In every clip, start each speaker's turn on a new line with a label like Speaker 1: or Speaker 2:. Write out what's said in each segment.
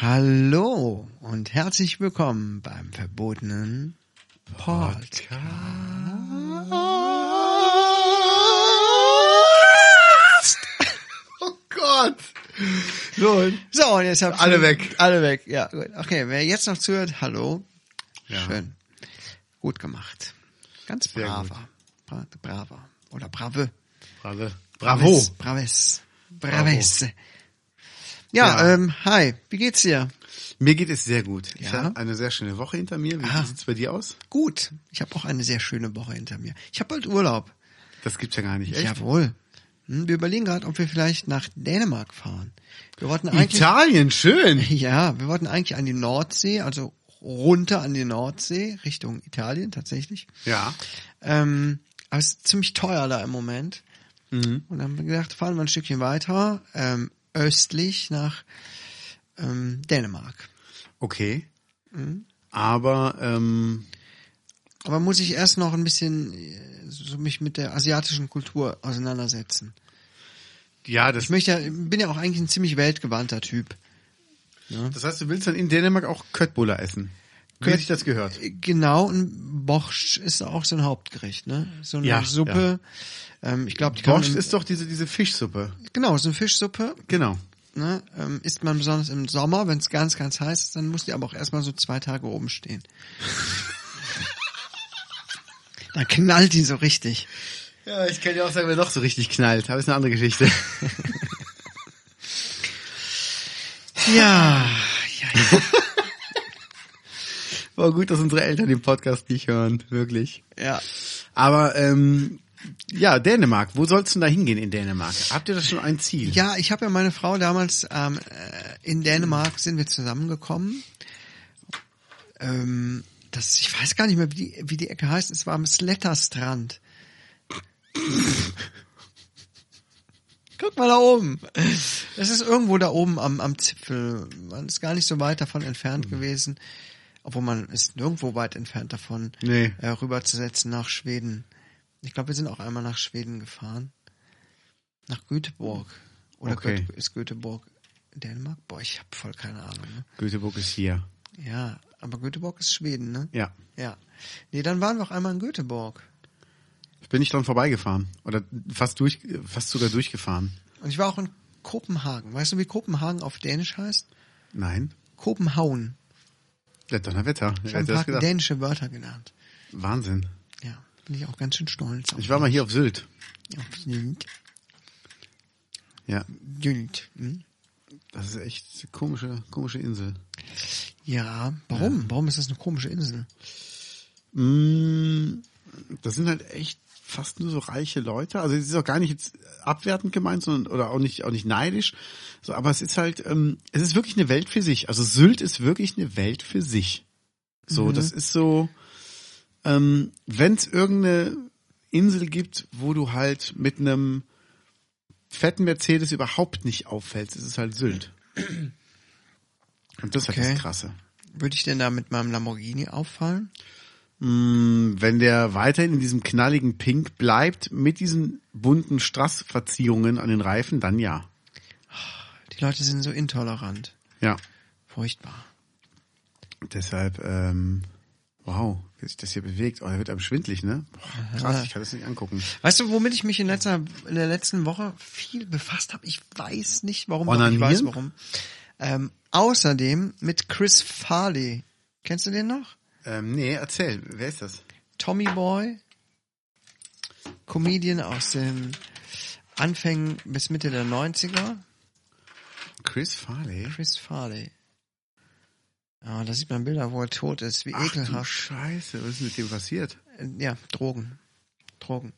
Speaker 1: Hallo und herzlich willkommen beim verbotenen Podcast.
Speaker 2: Oh Gott. So,
Speaker 1: So, und jetzt habt ihr
Speaker 2: Alle weg.
Speaker 1: Alle weg, ja. Gut. Okay, wer jetzt noch zuhört, hallo.
Speaker 2: Ja.
Speaker 1: Schön. Gut gemacht. Ganz
Speaker 2: Sehr
Speaker 1: braver. Bra braver. Oder brave.
Speaker 2: bravo. Bravo.
Speaker 1: Braves. Braves. Ja,
Speaker 2: Ja.
Speaker 1: Ähm, hi, wie geht's dir?
Speaker 2: Mir geht es sehr gut. Ich
Speaker 1: Ja?
Speaker 2: habe eine sehr schöne Woche hinter mir. Wie
Speaker 1: Ah.
Speaker 2: sieht's bei dir aus?
Speaker 1: Gut. Ich habe auch eine sehr schöne Woche hinter mir. Ich habe bald Urlaub.
Speaker 2: Das gibt's ja gar nicht. Echt?
Speaker 1: Jawohl. Hm, wir überlegen gerade, ob wir vielleicht nach Dänemark fahren. Wir wollten eigentlich
Speaker 2: Italien, schön.
Speaker 1: Ja, wir wollten eigentlich an die Nordsee, also runter an die Nordsee, Richtung Italien tatsächlich.
Speaker 2: Ja.
Speaker 1: Ähm, aber es ist ziemlich teuer da im Moment.
Speaker 2: Mhm.
Speaker 1: Und dann haben wir gedacht, fahren wir ein Stückchen weiter, ähm, östlich nach ähm, Dänemark.
Speaker 2: Okay. Aber ähm,
Speaker 1: Aber muss ich erst noch ein bisschen äh, so mich mit der asiatischen Kultur auseinandersetzen.
Speaker 2: ja, das,
Speaker 1: Ich möchte ja, bin ja auch eigentlich ein ziemlich weltgewandter Typ.
Speaker 2: das heißt, du willst dann in Dänemark auch Köttbullar essen. Wie
Speaker 1: Kött-
Speaker 2: sich das gehört.
Speaker 1: Genau, und Borscht ist auch so ein Hauptgericht, ne? So eine
Speaker 2: Ja,
Speaker 1: Suppe. Ähm, ich glaube, die kann
Speaker 2: Borscht
Speaker 1: man-
Speaker 2: ist doch diese, diese Fischsuppe.
Speaker 1: Genau, so eine Fischsuppe
Speaker 2: Genau.
Speaker 1: ne, ähm, isst man besonders im Sommer, wenn es ganz, ganz heiß ist, dann muss die aber auch erstmal so zwei Tage oben stehen. dann knallt die so richtig.
Speaker 2: Ja, ich kann dir auch sagen, wer noch so richtig knallt. Aber ist eine andere Geschichte.
Speaker 1: Ja, ja, ja.
Speaker 2: War gut, dass unsere Eltern den Podcast nicht hören. Wirklich.
Speaker 1: ja.
Speaker 2: Aber ähm, ja, Dänemark. Wo sollst du denn da hingehen in Dänemark? Habt ihr da schon ein Ziel?
Speaker 1: Ja, ich habe ja meine Frau damals ähm, äh, in Dänemark sind wir zusammengekommen. Ähm, das, ich weiß gar nicht mehr, wie die, wie die Ecke heißt. Es war am Sletterstrand. Guck mal da oben. Das ist irgendwo da oben am, am Zipfel. Man ist gar nicht so weit davon entfernt gewesen. Obwohl man ist nirgendwo weit entfernt davon,
Speaker 2: Nee.
Speaker 1: äh, rüberzusetzen nach Schweden. Ich glaube, wir sind auch einmal nach Schweden gefahren. Nach Göteborg. Oder
Speaker 2: Okay.
Speaker 1: Göte, ist Göteborg Dänemark? Boah, ich habe voll keine Ahnung. Ne?
Speaker 2: Göteborg ist hier.
Speaker 1: Ja, aber Göteborg ist Schweden, ne?
Speaker 2: Ja.
Speaker 1: Ja. Nee, dann waren wir auch einmal in Göteborg.
Speaker 2: Bin ich dran vorbeigefahren. Oder fast durch, fast sogar durchgefahren.
Speaker 1: Und ich war auch in Kopenhagen. Weißt du, wie Kopenhagen auf Dänisch heißt?
Speaker 2: Nein.
Speaker 1: Kopenhauen.
Speaker 2: Ja, Donnerwetter.
Speaker 1: Ich habe
Speaker 2: Wer hätte
Speaker 1: ein
Speaker 2: das
Speaker 1: paar
Speaker 2: gedacht?
Speaker 1: dänische Wörter gelernt.
Speaker 2: Wahnsinn.
Speaker 1: Ja, bin ich auch ganz schön stolz auf.
Speaker 2: Ich war mal hier auf Sylt.
Speaker 1: auf Sylt.
Speaker 2: Ja.
Speaker 1: Sylt, Hm?
Speaker 2: Das ist echt eine komische, komische Insel.
Speaker 1: Ja, warum? Warum ist das eine komische Insel?
Speaker 2: Mm, Das sind halt echt fast nur so reiche Leute. Also es ist auch gar nicht jetzt abwertend gemeint, sondern oder auch nicht auch nicht neidisch. So, aber es ist halt, ähm, es ist wirklich eine Welt für sich. Also Sylt ist wirklich eine Welt für sich. So, das ist so, ähm, wenn es irgendeine Insel gibt, wo du halt mit einem fetten Mercedes überhaupt nicht auffällst, ist es halt Sylt. Und das ist halt
Speaker 1: Okay.
Speaker 2: das Krasse.
Speaker 1: Würde ich denn da mit meinem Lamborghini auffallen?
Speaker 2: Mm, Wenn der weiterhin in diesem knalligen Pink bleibt, mit diesen bunten Strassverzierungen an den Reifen, dann ja.
Speaker 1: Die Leute sind so intolerant.
Speaker 2: Ja.
Speaker 1: Furchtbar.
Speaker 2: Deshalb, ähm, wow, wie sich das hier bewegt. Oh, er wird einem schwindlig, ne? Boah, krass, ich kann das nicht angucken.
Speaker 1: Weißt du, womit ich mich in letzter, in der letzten Woche viel befasst habe? Ich weiß nicht warum, aber ich
Speaker 2: Onanieren?
Speaker 1: weiß warum. Ähm, außerdem mit Chris Farley. Kennst du den noch?
Speaker 2: Ähm, nee, erzähl, wer ist das?
Speaker 1: Tommy Boy. Comedian aus den Anfängen bis Mitte der 90er.
Speaker 2: Chris Farley?
Speaker 1: Chris Farley. Ah, da sieht man Bilder, wo er tot ist. Wie
Speaker 2: Ach du
Speaker 1: ekelhaft.
Speaker 2: Scheiße, was ist mit dem passiert?
Speaker 1: Äh, Ja, Drogen. Drogen.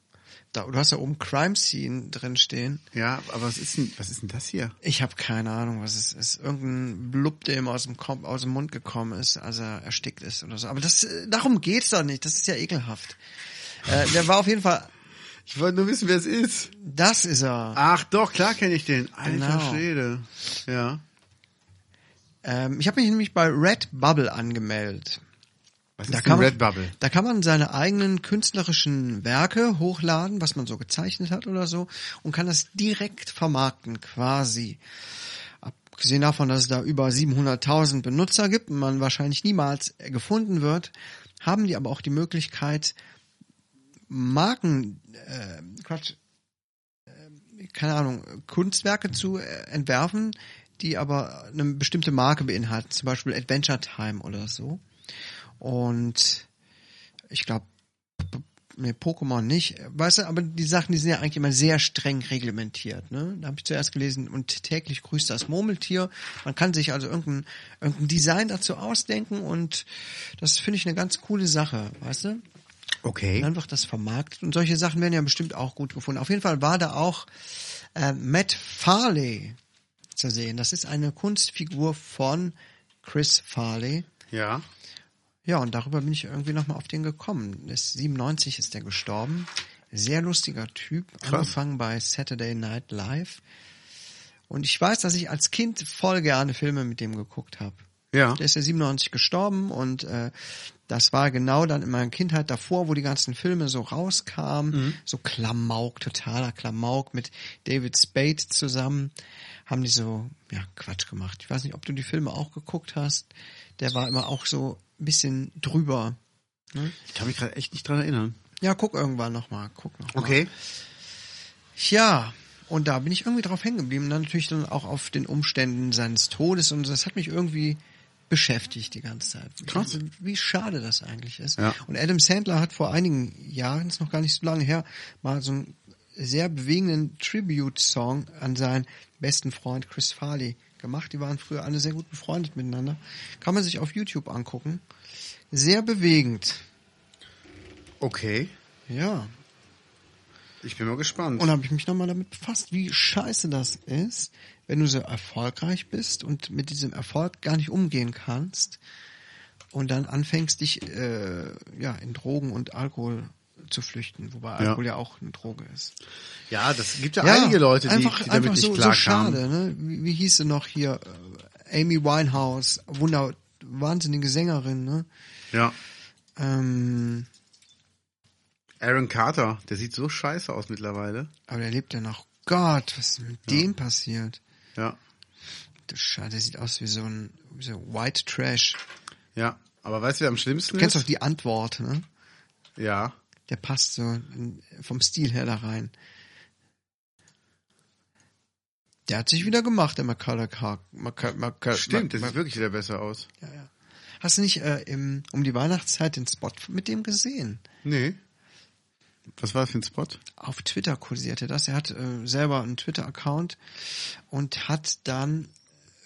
Speaker 1: Da, du hast ja oben Crime Scene drin stehen.
Speaker 2: Ja, aber was ist denn, was ist denn das hier?
Speaker 1: Ich habe keine Ahnung, was es ist. Irgendein Blub, der ihm aus dem, Kopf, aus dem Mund gekommen ist, als er erstickt ist oder so. Aber das, äh, darum geht's doch nicht. Das ist ja ekelhaft. Äh, der war auf jeden Fall
Speaker 2: Ich wollte nur wissen, wer es ist.
Speaker 1: Das ist er.
Speaker 2: Ach doch, klar kenne ich den. Alter
Speaker 1: Genau.
Speaker 2: Schwede. Ja.
Speaker 1: Ähm, ich habe mich nämlich bei Redbubble angemeldet.
Speaker 2: Was
Speaker 1: Da
Speaker 2: ist
Speaker 1: kann,
Speaker 2: denn
Speaker 1: man,
Speaker 2: Redbubble?
Speaker 1: da kann man seine eigenen künstlerischen Werke hochladen, was man so gezeichnet hat oder so, und kann das direkt vermarkten, quasi. Abgesehen davon, dass es da über 700.000 Benutzer gibt und man wahrscheinlich niemals gefunden wird, haben die aber auch die Möglichkeit, Marken, äh, Quatsch, äh, keine Ahnung, Kunstwerke zu äh, entwerfen, die aber eine bestimmte Marke beinhalten, zum Beispiel Adventure Time oder so. Und ich glaube, nee, Pokémon nicht. Weißt du, aber die Sachen, die sind ja eigentlich immer sehr streng reglementiert. Ne? Da habe ich zuerst gelesen, und täglich grüßt das Murmeltier. Man kann sich also irgendein, irgendein Design dazu ausdenken und das finde ich eine ganz coole Sache, weißt du?
Speaker 2: Okay.
Speaker 1: Dann wird das vermarktet und solche Sachen werden ja bestimmt auch gut gefunden. Auf jeden Fall war da auch äh, Matt Farley zu sehen. Das ist eine Kunstfigur von Chris Farley.
Speaker 2: Ja.
Speaker 1: Ja, und darüber bin ich irgendwie nochmal auf den gekommen. Ist 97 ist der gestorben. Sehr lustiger Typ. Angefangen bei Saturday Night Live. Und ich weiß, dass ich als Kind voll gerne Filme mit dem geguckt habe.
Speaker 2: Ja.
Speaker 1: Der ist ja 97 gestorben und äh, das war genau dann in meiner Kindheit davor, wo die ganzen Filme so rauskamen. So Klamauk, totaler Klamauk mit David Spade zusammen. Haben die so, ja, Quatsch gemacht. Ich weiß nicht, ob du die Filme auch geguckt hast. Der war immer auch so ein bisschen drüber.
Speaker 2: Ich kann mich gerade echt nicht dran erinnern.
Speaker 1: Ja, guck irgendwann nochmal. Guck noch mal.
Speaker 2: Okay.
Speaker 1: Ja, und da bin ich irgendwie drauf hängen geblieben. Dann natürlich dann auch auf den Umständen seines Todes und das hat mich irgendwie beschäftigt die ganze Zeit. Ich
Speaker 2: Krass.
Speaker 1: dachte, Wie schade das eigentlich ist.
Speaker 2: Ja.
Speaker 1: Und Adam Sandler hat vor einigen Jahren, ist noch gar nicht so lange her, mal so einen sehr bewegenden Tribute-Song an seinen besten Freund Chris Farley gemacht. Die waren früher alle sehr gut befreundet miteinander. Kann man sich auf YouTube angucken. Sehr bewegend.
Speaker 2: Okay.
Speaker 1: Ja.
Speaker 2: Ich bin mal gespannt.
Speaker 1: Und habe ich mich nochmal damit befasst, wie scheiße das ist, wenn du so erfolgreich bist und mit diesem Erfolg gar nicht umgehen kannst und dann anfängst, dich äh, ja, in Drogen und Alkohol zu flüchten, wobei Alkohol ja, auch eine Droge ist.
Speaker 2: ja, das gibt ja,
Speaker 1: Ja,
Speaker 2: einige Leute, die,
Speaker 1: einfach,
Speaker 2: die damit
Speaker 1: einfach so,
Speaker 2: nicht klar
Speaker 1: so schade. Ne? Wie, wie hieß sie noch hier? Äh, Amy Winehouse, wunder, wahnsinnige Sängerin. Ne?
Speaker 2: Ja.
Speaker 1: Ähm,
Speaker 2: Aaron Carter, der sieht so scheiße aus mittlerweile.
Speaker 1: aber der lebt ja noch. Gott, was ist mit dem passiert?
Speaker 2: Ja.
Speaker 1: Du Scheiße, der sieht aus wie so ein wie so White Trash.
Speaker 2: Ja. Aber weißt du, wer am schlimmsten
Speaker 1: Du kennst doch
Speaker 2: ist?
Speaker 1: die Antwort, ne?
Speaker 2: Ja.
Speaker 1: Der passt so in- vom Stil her da rein. Der hat sich wieder gemacht, der McCullough. Car- McCull- McCull-
Speaker 2: Stimmt, der
Speaker 1: Mac-
Speaker 2: sieht wirklich wieder besser aus.
Speaker 1: ja, ja. Hast du nicht äh, im, um die Weihnachtszeit den Spot mit dem gesehen?
Speaker 2: Nee. Was war das für ein Spot?
Speaker 1: auf Twitter kursierte das. Er hat äh, selber einen Twitter-Account und hat dann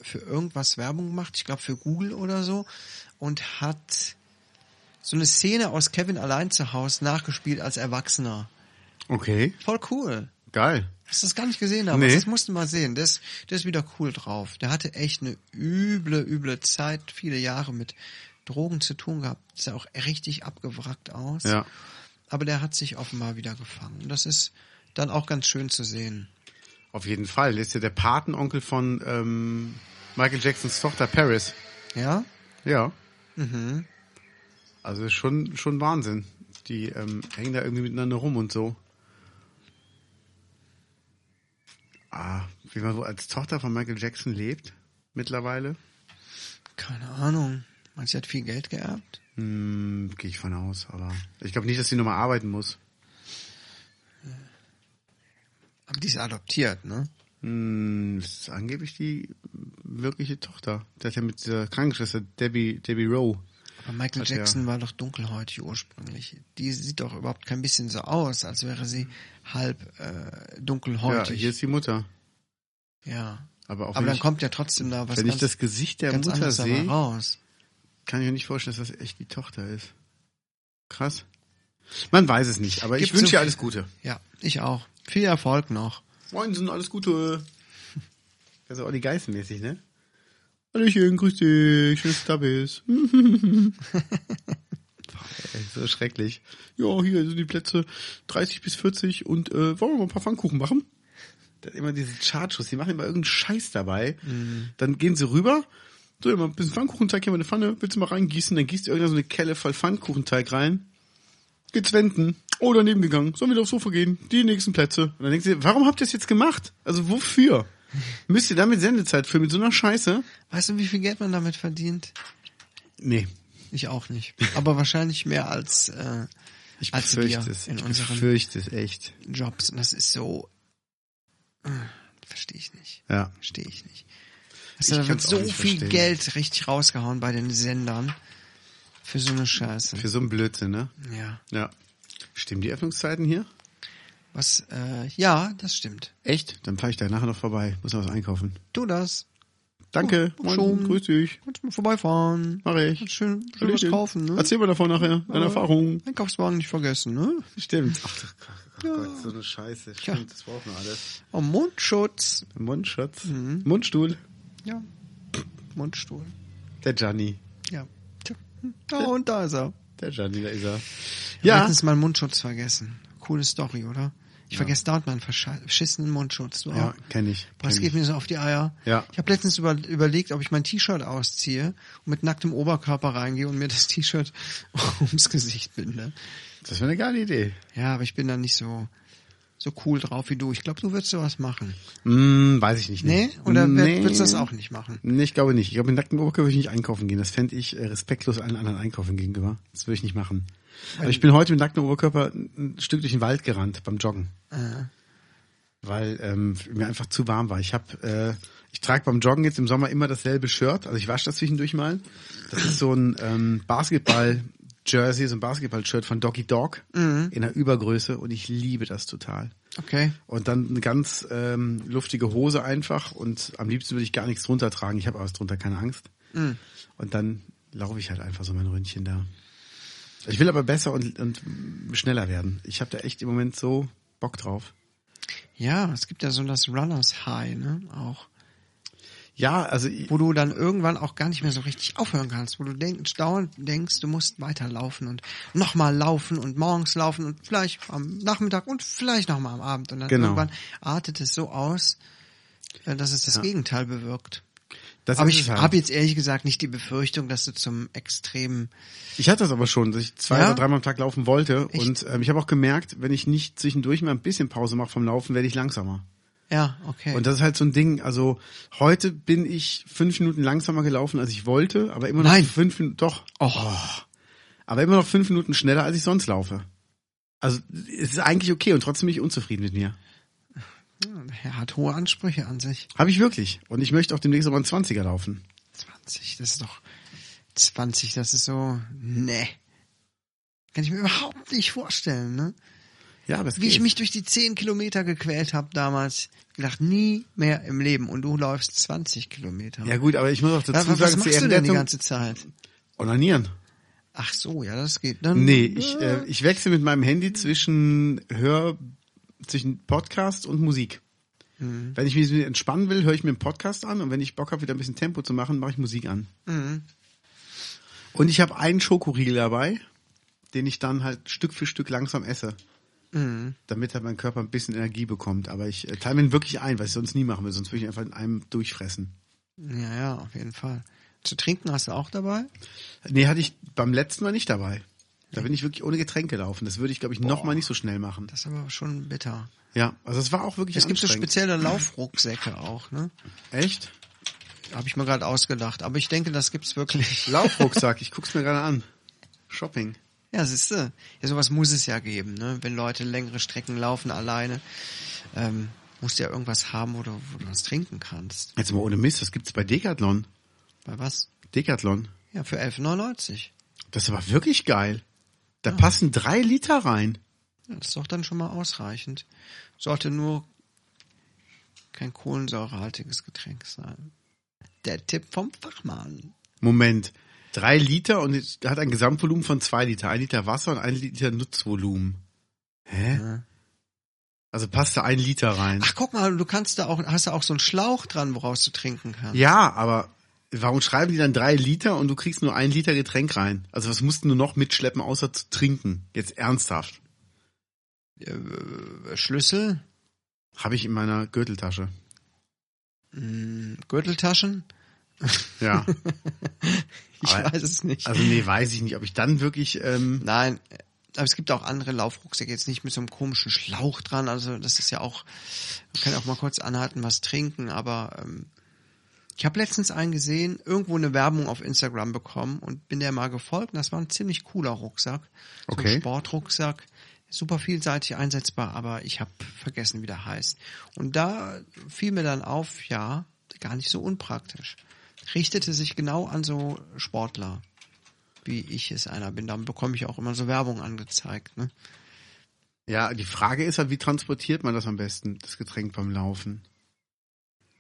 Speaker 1: für irgendwas Werbung gemacht, ich glaube für Google oder so, und hat so eine Szene aus Kevin allein zu Hause nachgespielt als Erwachsener.
Speaker 2: Okay.
Speaker 1: Voll cool.
Speaker 2: Geil.
Speaker 1: Hast du das gar nicht gesehen damals?
Speaker 2: Nee.
Speaker 1: Das musst du mal sehen. Der ist, der ist wieder cool drauf. Der hatte echt eine üble, üble Zeit, viele Jahre mit Drogen zu tun gehabt. Sah auch richtig abgewrackt aus.
Speaker 2: Ja.
Speaker 1: Aber der hat sich offenbar wieder gefangen. Und das ist dann auch ganz schön zu sehen.
Speaker 2: Auf jeden Fall. Der ist ja der Patenonkel von ähm, Michael Jacksons Tochter Paris.
Speaker 1: Ja?
Speaker 2: Ja. Mhm. Also schon, schon Wahnsinn. Die ähm, hängen da irgendwie miteinander rum und so. Ah, wie man wohl als Tochter von Michael Jackson lebt mittlerweile.
Speaker 1: Keine Ahnung. Meinst du, der hat viel Geld geerbt?
Speaker 2: Hm, Gehe ich von aus, aber ich glaube nicht, dass die nochmal arbeiten muss.
Speaker 1: Aber die ist adoptiert, ne?
Speaker 2: Hm, das ist angeblich die wirkliche Tochter. Der hat ja mit dieser Krankenschwester Debbie, Debbie Rowe.
Speaker 1: Aber Michael
Speaker 2: Hat er-
Speaker 1: Jackson war doch dunkelhäutig ursprünglich. Die sieht doch überhaupt kein bisschen so aus, als wäre sie halb äh,
Speaker 2: Ja,
Speaker 1: dunkelhäutig.
Speaker 2: hier ist die Mutter.
Speaker 1: ja.
Speaker 2: Aber auch
Speaker 1: Aber
Speaker 2: wenn
Speaker 1: dann
Speaker 2: ich,
Speaker 1: kommt ja trotzdem da was
Speaker 2: wenn ich
Speaker 1: ganz,
Speaker 2: das Gesicht der
Speaker 1: ganz
Speaker 2: Mutter
Speaker 1: anderes dabei
Speaker 2: sehe,
Speaker 1: raus.
Speaker 2: kann ich mir nicht vorstellen, dass das echt die Tochter ist. Krass. Man weiß es nicht, aber ich
Speaker 1: Gibt's
Speaker 2: wünsche
Speaker 1: so-
Speaker 2: ihr alles Gute.
Speaker 1: Ja, ich auch. Viel Erfolg noch.
Speaker 2: Moinsen, alles Gute. Also Olli Geißenmäßig, ne? Hallöchen, grüß dich, schön, dass du da bist. ey, so schrecklich. Ja, hier sind die Plätze 30 bis 40 und äh, wollen wir mal ein paar Pfannkuchen machen? Dann immer diese Chartschuss, die machen immer irgendeinen Scheiß dabei. Dann gehen sie rüber, Mhm. so immer ein bisschen Pfannkuchenteig, hier mal eine Pfanne, willst du mal reingießen, dann gießt irgendeiner so eine Kelle voll Pfannkuchenteig rein. Geht's wenden. Oh, daneben gegangen. Sollen wieder aufs Sofa gehen? Die nächsten Plätze. Und dann denkst du dir, warum habt ihr das jetzt gemacht? Also wofür? Müsst ihr damit Sendezeit füllen mit so einer Scheiße?
Speaker 1: Weißt du, wie viel Geld man damit verdient?
Speaker 2: Nee,
Speaker 1: Ich auch nicht. Aber wahrscheinlich mehr als, äh,
Speaker 2: Ich
Speaker 1: als
Speaker 2: befürchte
Speaker 1: wir
Speaker 2: es.
Speaker 1: in
Speaker 2: ich
Speaker 1: unseren
Speaker 2: befürchte es echt.
Speaker 1: Jobs. Und das ist so. äh, Verstehe ich nicht.
Speaker 2: Ja.
Speaker 1: Verstehe ich nicht. Also, da wird
Speaker 2: kann's auch
Speaker 1: so
Speaker 2: nicht
Speaker 1: viel
Speaker 2: verstehen.
Speaker 1: Geld richtig rausgehauen bei den Sendern. Für so eine Scheiße.
Speaker 2: Für so einen Blödsinn, ne?
Speaker 1: ja.
Speaker 2: Ja. Stimmen die Öffnungszeiten hier?
Speaker 1: Was, äh, ja, das stimmt.
Speaker 2: Echt? Dann fahre ich da nachher noch vorbei. Muss noch was einkaufen.
Speaker 1: Tu das.
Speaker 2: Danke.
Speaker 1: Oh,
Speaker 2: Moin.
Speaker 1: schon.
Speaker 2: Grüß dich.
Speaker 1: Kannst mal vorbeifahren.
Speaker 2: Mach ich.
Speaker 1: Kannst Schön, schön was
Speaker 2: Hallöchen.
Speaker 1: kaufen, ne?
Speaker 2: Erzähl mal davon nachher. Deine Erfahrungen.
Speaker 1: Einkaufswagen nicht vergessen, ne?
Speaker 2: Stimmt. Ach du Gott, Gott, so eine Scheiße. Stimmt, das brauchen wir alles.
Speaker 1: Oh, Mundschutz. Mhm.
Speaker 2: Mundschutz. Mundstuhl.
Speaker 1: Ja. Mundstuhl.
Speaker 2: Der Gianni.
Speaker 1: Ja. Tja. Da und da ist er.
Speaker 2: Der Gianni, da ist er.
Speaker 1: Ja.
Speaker 2: Ja.
Speaker 1: Letztens mal Mundschutz vergessen. Coole Story, oder? Ich vergesse dauernd meinen verscha- verschissenen Mundschutz. Du
Speaker 2: Ja,
Speaker 1: auch?
Speaker 2: kenn ich.
Speaker 1: Boah, das
Speaker 2: kenn
Speaker 1: geht mir so auf die Eier.
Speaker 2: Ja.
Speaker 1: Ich habe letztens über, überlegt, ob ich mein T-Shirt ausziehe und mit nacktem Oberkörper reingehe und mir das T-Shirt ums Gesicht binde.
Speaker 2: ich. Das wäre eine geile Idee.
Speaker 1: Ja, aber ich bin da nicht so so cool drauf wie du. Ich glaube, du würdest sowas machen.
Speaker 2: Hm, weiß ich nicht.
Speaker 1: Nee? Oder wer- würdest du das auch nicht machen?
Speaker 2: Nee, ich glaube nicht. Ich glaube, mit nacktem Oberkörper würde ich nicht einkaufen gehen. Das fände ich äh, respektlos allen anderen Einkaufen gegenüber. Das würde ich nicht machen. Aber ich bin heute mit nacktem Oberkörper ein ein Stück durch den Wald gerannt beim Joggen.
Speaker 1: Äh,
Speaker 2: Weil ähm, mir einfach zu warm war. Ich habe, äh, ich trage beim Joggen jetzt im Sommer immer dasselbe Shirt. Also ich wasche das zwischendurch mal. Das ist so ein ähm, Basketball-Jersey, so ein Basketball-Shirt von Doggy Dog in der Übergröße und ich liebe das total.
Speaker 1: Okay.
Speaker 2: Und dann eine ganz ähm, luftige Hose einfach und am liebsten würde ich gar nichts drunter tragen. Ich habe aber was drunter, keine Angst. Und dann laufe ich halt einfach so mein Ründchen da. Also Ich will aber besser und, und schneller werden. Ich habe da echt im Moment so Bock drauf.
Speaker 1: Ja, es gibt ja so das Runners High, ne? Auch.
Speaker 2: Ja, also ich-
Speaker 1: wo du dann irgendwann auch gar nicht mehr so richtig aufhören kannst, wo du denk, dauernd denkst, du musst weiterlaufen und nochmal laufen und morgens laufen und vielleicht am Nachmittag und vielleicht nochmal am Abend. Und dann
Speaker 2: Genau.
Speaker 1: irgendwann artet es so aus, äh, dass es das Gegenteil bewirkt.
Speaker 2: das
Speaker 1: Aber
Speaker 2: ist
Speaker 1: ich
Speaker 2: es halt.
Speaker 1: habe jetzt ehrlich gesagt nicht die Befürchtung, dass du zum extremen
Speaker 2: Ich hatte das aber schon, dass ich zwei
Speaker 1: Ja?
Speaker 2: oder dreimal am Tag laufen wollte.
Speaker 1: Echt?
Speaker 2: Und ähm, ich habe auch gemerkt, wenn ich nicht zwischendurch mal ein bisschen Pause mache vom Laufen, werde ich langsamer.
Speaker 1: ja, okay.
Speaker 2: Und das ist halt so ein Ding. Also heute bin ich fünf Minuten langsamer gelaufen, als ich wollte, aber immer noch
Speaker 1: Nein.
Speaker 2: fünf Minuten. Doch.
Speaker 1: oh,
Speaker 2: Aber immer noch fünf Minuten schneller, als ich sonst laufe. Also es ist eigentlich okay und trotzdem bin ich unzufrieden mit mir.
Speaker 1: Hm, er hat hohe Ansprüche an sich.
Speaker 2: Habe ich wirklich. Und ich möchte auch demnächst aber einen 20er laufen.
Speaker 1: 20, das ist doch 20, das ist so nee. Kann ich mir überhaupt nicht vorstellen, ne?
Speaker 2: Ja, aber es
Speaker 1: wie
Speaker 2: geht.
Speaker 1: ich mich durch die 10 Kilometer gequält habe damals. Ich gedacht, nie mehr im Leben. Und du läufst 20 Kilometer.
Speaker 2: ja gut, aber ich muss auch
Speaker 1: was,
Speaker 2: dazu
Speaker 1: was,
Speaker 2: sagen,
Speaker 1: machst du denn die ganze Zeit?
Speaker 2: Onanieren.
Speaker 1: Ach so, ja, das geht. Dann,
Speaker 2: Nee, ich, äh, ich wechsle mit meinem Handy zwischen Hör, zwischen Podcast und Musik. Wenn ich mich entspannen will, höre ich mir einen Podcast an und wenn ich Bock habe, wieder ein bisschen Tempo zu machen, mache ich Musik an. Und ich habe einen Schokoriegel dabei, den ich dann halt Stück für Stück langsam esse. Damit halt mein Körper ein bisschen Energie bekommt. Aber ich äh, teile mir ihn wirklich ein, was ich sonst nie machen will. Sonst würde ich ihn einfach in einem durchfressen.
Speaker 1: Ja, ja, auf jeden Fall. Zu trinken hast du auch dabei?
Speaker 2: Nee, hatte ich beim letzten Mal nicht dabei. Da bin ich wirklich ohne Getränke laufen. Das würde ich, glaube ich, nochmal nicht so schnell machen.
Speaker 1: Das ist aber schon bitter.
Speaker 2: Ja, also es war auch wirklich
Speaker 1: Es gibt so
Speaker 2: anstrengend.
Speaker 1: spezielle Laufrucksäcke auch, ne?
Speaker 2: Echt?
Speaker 1: Habe ich mir gerade ausgedacht. Aber ich denke, das gibt's wirklich.
Speaker 2: Laufrucksack, ich guck's mir gerade an. Shopping.
Speaker 1: Ja, siehste. Ja, sowas muss es ja geben, ne? Wenn Leute längere Strecken laufen alleine, ähm, musst du ja irgendwas haben, wo du, wo du was trinken kannst.
Speaker 2: Jetzt mal ohne Mist, was gibt's bei Decathlon?
Speaker 1: Bei was?
Speaker 2: Decathlon.
Speaker 1: Ja, für 11,99.
Speaker 2: Das ist aber wirklich geil. Da passen drei Liter rein.
Speaker 1: Ja, Das ist doch dann schon mal ausreichend. Sollte nur kein kohlensäurehaltiges Getränk sein. Der Tipp vom Fachmann.
Speaker 2: Moment. Drei Liter und es hat ein Gesamtvolumen von zwei Liter. Ein Liter Wasser und ein Liter Nutzvolumen. Hä?
Speaker 1: Ja.
Speaker 2: Also passt da ein Liter rein.
Speaker 1: Ach, guck mal, du kannst da auch, hast da auch so einen Schlauch dran, woraus du trinken kannst.
Speaker 2: Ja, aber Warum schreiben die dann drei Liter und du kriegst nur ein Liter Getränk rein? Also was mussten du noch mitschleppen, außer zu trinken? Jetzt ernsthaft.
Speaker 1: Äh, Schlüssel,
Speaker 2: Habe ich in meiner Gürteltasche.
Speaker 1: mh, Hm, Gürteltaschen?
Speaker 2: Ja.
Speaker 1: Ich
Speaker 2: Aber-
Speaker 1: weiß es nicht.
Speaker 2: Also nee, weiß ich nicht, ob ich dann wirklich. Ähm,
Speaker 1: Nein, aber es gibt auch andere Laufrucksäcke, jetzt nicht mit so einem komischen Schlauch dran. Also das ist ja auch, man kann auch mal kurz anhalten, was trinken, aber ähm, ich habe letztens einen gesehen, irgendwo eine Werbung auf Instagram bekommen und bin der mal gefolgt. Und das war ein ziemlich cooler Rucksack. So
Speaker 2: Okay.
Speaker 1: ein Sportrucksack. Super vielseitig einsetzbar, aber ich habe vergessen, wie der heißt. Und da fiel mir dann auf, ja, gar nicht so unpraktisch. Richtete sich genau an so Sportler wie ich es einer bin. Dann bekomme ich auch immer so Werbung angezeigt. Ne?
Speaker 2: ja, die Frage ist halt, wie transportiert man das am besten, das Getränk beim Laufen?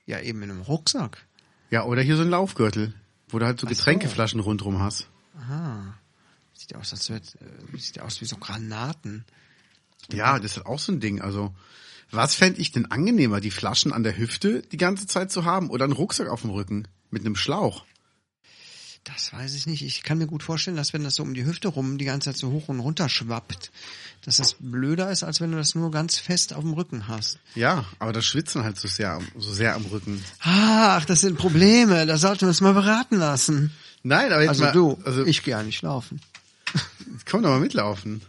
Speaker 1: Ja, eben in einem Rucksack.
Speaker 2: Ja, oder hier so ein Laufgürtel, wo du halt so
Speaker 1: Ach so.
Speaker 2: Getränkeflaschen rundrum hast.
Speaker 1: Aha. Ah, Sieht aus, als wird, äh, sieht aus wie so Granaten.
Speaker 2: Ja, das ist auch so ein Ding. Also, was fände ich denn angenehmer, die Flaschen an der Hüfte die ganze Zeit zu haben oder einen Rucksack auf dem Rücken mit einem Schlauch?
Speaker 1: Das weiß ich nicht. Ich kann mir gut vorstellen, dass wenn das so um die Hüfte rum die ganze Zeit so hoch und runter schwappt, dass das blöder ist, als wenn du das nur ganz fest auf dem Rücken hast.
Speaker 2: Ja, aber das schwitzen halt so sehr, am- so sehr am Rücken.
Speaker 1: Ach, das sind Probleme. Da sollten wir uns mal beraten lassen.
Speaker 2: Nein, aber jetzt
Speaker 1: Also
Speaker 2: mal,
Speaker 1: du,
Speaker 2: also ich
Speaker 1: ich gehe ja nicht laufen.
Speaker 2: komm doch mal mitlaufen.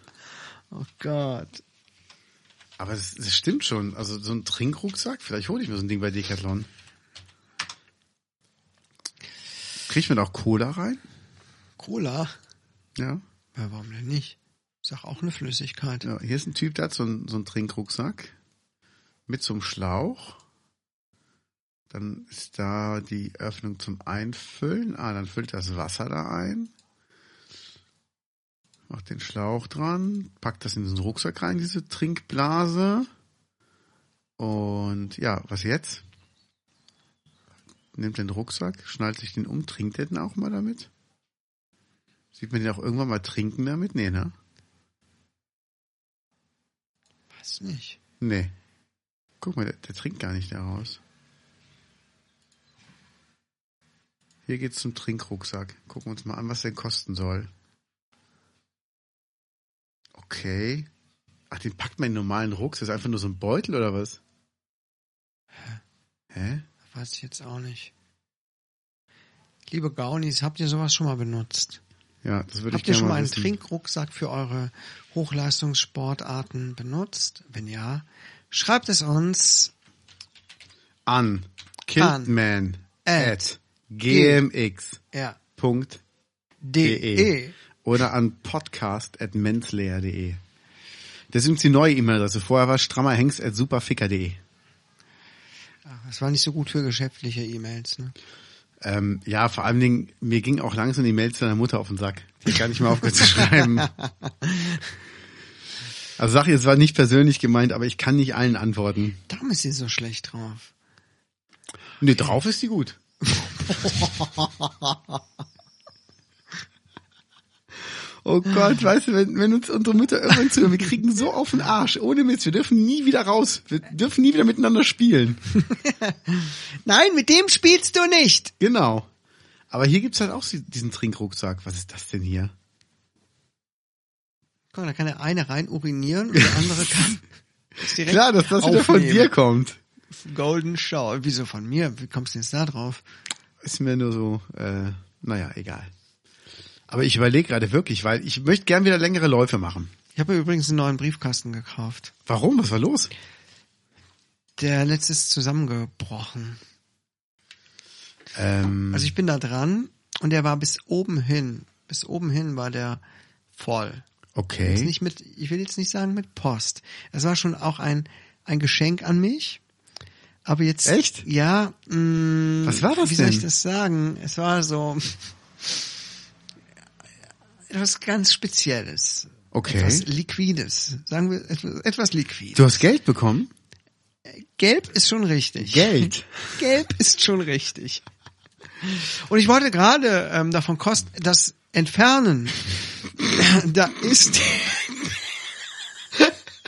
Speaker 1: Oh Gott.
Speaker 2: Aber es, es stimmt schon. Also so ein Trinkrucksack, vielleicht hole ich mir so ein Ding bei Decathlon. Kriegt man da auch Cola rein?
Speaker 1: Cola?
Speaker 2: Ja.
Speaker 1: Ja, warum denn nicht? Ist doch auch eine Flüssigkeit.
Speaker 2: ja. Hier ist ein Typ, der hat so, einen- so einen Trinkrucksack mit so einem Schlauch. Dann ist da die Öffnung zum Einfüllen. Ah, dann füllt das Wasser da ein. Macht den Schlauch dran, packt das in diesen Rucksack rein, diese Trinkblase. Und ja, was jetzt? Nimmt den Rucksack, schnallt sich den um, trinkt er den auch mal damit? Sieht man den auch irgendwann mal trinken damit? Nee, ne?
Speaker 1: Weiß nicht.
Speaker 2: Nee. Guck mal, der, der trinkt gar nicht daraus. Hier geht's zum Trinkrucksack. Gucken wir uns mal an, was der kosten soll. Okay. Ach, den packt man in einen normalen Rucksack. Ist einfach nur so ein Beutel oder was? Hä?
Speaker 1: Weiß ich jetzt auch nicht. Liebe Gaunis, habt ihr sowas schon mal benutzt?
Speaker 2: Ja, das würde ich
Speaker 1: Habt ihr
Speaker 2: gerne
Speaker 1: schon mal
Speaker 2: mal
Speaker 1: einen
Speaker 2: wissen.
Speaker 1: Trinkrucksack für eure Hochleistungssportarten benutzt? Wenn ja, schreibt es uns.
Speaker 2: An. Kidman.
Speaker 1: At
Speaker 2: At. gmx.de E.
Speaker 1: RDE.
Speaker 2: oder an podcast.mensleer.de. Das ist übrigens die neue E-Mail-Adresse. Vorher war strammerhengst.superficker.de.
Speaker 1: Ach, Das war nicht so gut für geschäftliche E-Mails. Ne?
Speaker 2: Ähm, ja, vor allen Dingen, mir ging auch langsam die Mails deiner Mutter auf den Sack. Die hat gar nicht mehr aufgehört zu schreiben. Also sag ihr, es war nicht persönlich gemeint, aber ich kann nicht allen antworten.
Speaker 1: Darum ist sie so schlecht drauf.
Speaker 2: Nee, drauf ist die gut. Oh Gott, weißt du, wenn, wenn uns unsere Mütter irgendwann zuhören, wir kriegen so auf den Arsch. Ohne Mist, wir dürfen nie wieder raus. Wir dürfen nie wieder miteinander spielen.
Speaker 1: Nein, mit dem spielst du nicht.
Speaker 2: Genau. Aber hier gibt's halt auch sie- diesen Trinkrucksack. Was ist das denn hier?
Speaker 1: Guck mal, da kann der eine rein urinieren und der andere kann es direkt
Speaker 2: Klar, dass das wieder von
Speaker 1: aufnehmen.
Speaker 2: dir kommt.
Speaker 1: Golden Shower. Wieso von mir? Wie kommst du jetzt da drauf?
Speaker 2: Ist mir nur so, äh, naja, egal. Aber ich überlege gerade wirklich, weil ich möchte gern wieder längere Läufe machen.
Speaker 1: Ich habe mir übrigens einen neuen Briefkasten gekauft.
Speaker 2: Warum? Was war los?
Speaker 1: Der letzte ist zusammengebrochen.
Speaker 2: Ähm,
Speaker 1: Also ich bin da dran und der war bis oben hin. Bis oben hin war der voll. Jetzt
Speaker 2: okay.
Speaker 1: nicht mit, ich will jetzt nicht sagen mit Post. Es war schon auch ein, ein Geschenk an mich. Aber jetzt.
Speaker 2: Echt?
Speaker 1: Ja. Mh,
Speaker 2: Was war das
Speaker 1: Wie soll ich
Speaker 2: denn?
Speaker 1: das sagen? Es war so. Etwas ganz Spezielles.
Speaker 2: Okay.
Speaker 1: Etwas Liquides. Sagen wir etwas, etwas Liquid.
Speaker 2: Du hast Geld bekommen?
Speaker 1: Gelb ist schon richtig.
Speaker 2: Geld.
Speaker 1: Gelb ist schon richtig. Und ich wollte gerade ähm, davon kosten, das entfernen. da ist der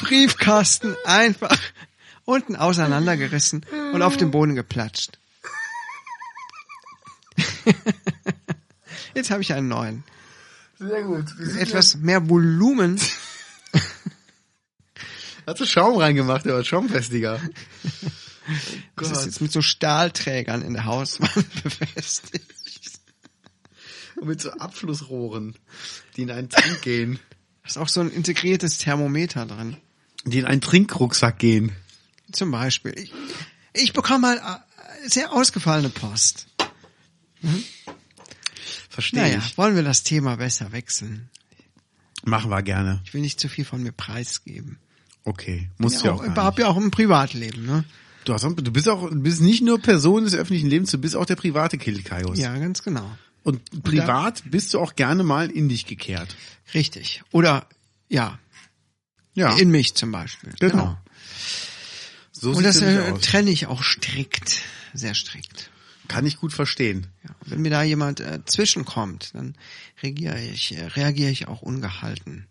Speaker 1: Briefkasten einfach unten auseinandergerissen und auf den Boden geplatscht. Jetzt habe ich einen neuen.
Speaker 2: Sehr gut.
Speaker 1: Etwas mehr Volumen.
Speaker 2: Hast du Schaum reingemacht, der war schaumfestiger. Oh
Speaker 1: Das ist jetzt mit so Stahlträgern in der Hauswand befestigt.
Speaker 2: Und mit so Abflussrohren, die in einen Tank gehen.
Speaker 1: Da ist auch so ein integriertes Thermometer drin.
Speaker 2: Die in einen Trinkrucksack gehen.
Speaker 1: Zum Beispiel. Ich, ich bekomme mal äh, sehr ausgefallene Post.
Speaker 2: Verstehe
Speaker 1: Naja,
Speaker 2: ich.
Speaker 1: wollen wir das Thema besser wechseln?
Speaker 2: Machen wir gerne.
Speaker 1: Ich will nicht zu viel von mir preisgeben.
Speaker 2: Okay. Muss ja, auch.
Speaker 1: ich
Speaker 2: gar
Speaker 1: habe ja auch ein Privatleben, ne?
Speaker 2: nicht. Du, hast, auch- du bist auch, du bist nicht nur Person des öffentlichen Lebens, du bist auch der private Killkaios.
Speaker 1: Ja, ganz genau.
Speaker 2: Und privat bist du auch gerne mal in dich gekehrt.
Speaker 1: Richtig. Oder ja,
Speaker 2: Ja.
Speaker 1: in mich zum Beispiel.
Speaker 2: genau. So
Speaker 1: Und
Speaker 2: sieht
Speaker 1: das
Speaker 2: das
Speaker 1: äh,
Speaker 2: aus.
Speaker 1: trenne ich auch strikt, sehr strikt.
Speaker 2: Kann ich gut verstehen.
Speaker 1: Ja. Wenn mir da jemand äh, zwischenkommt, dann reagiere ich, äh, reagiere ich auch ungehalten.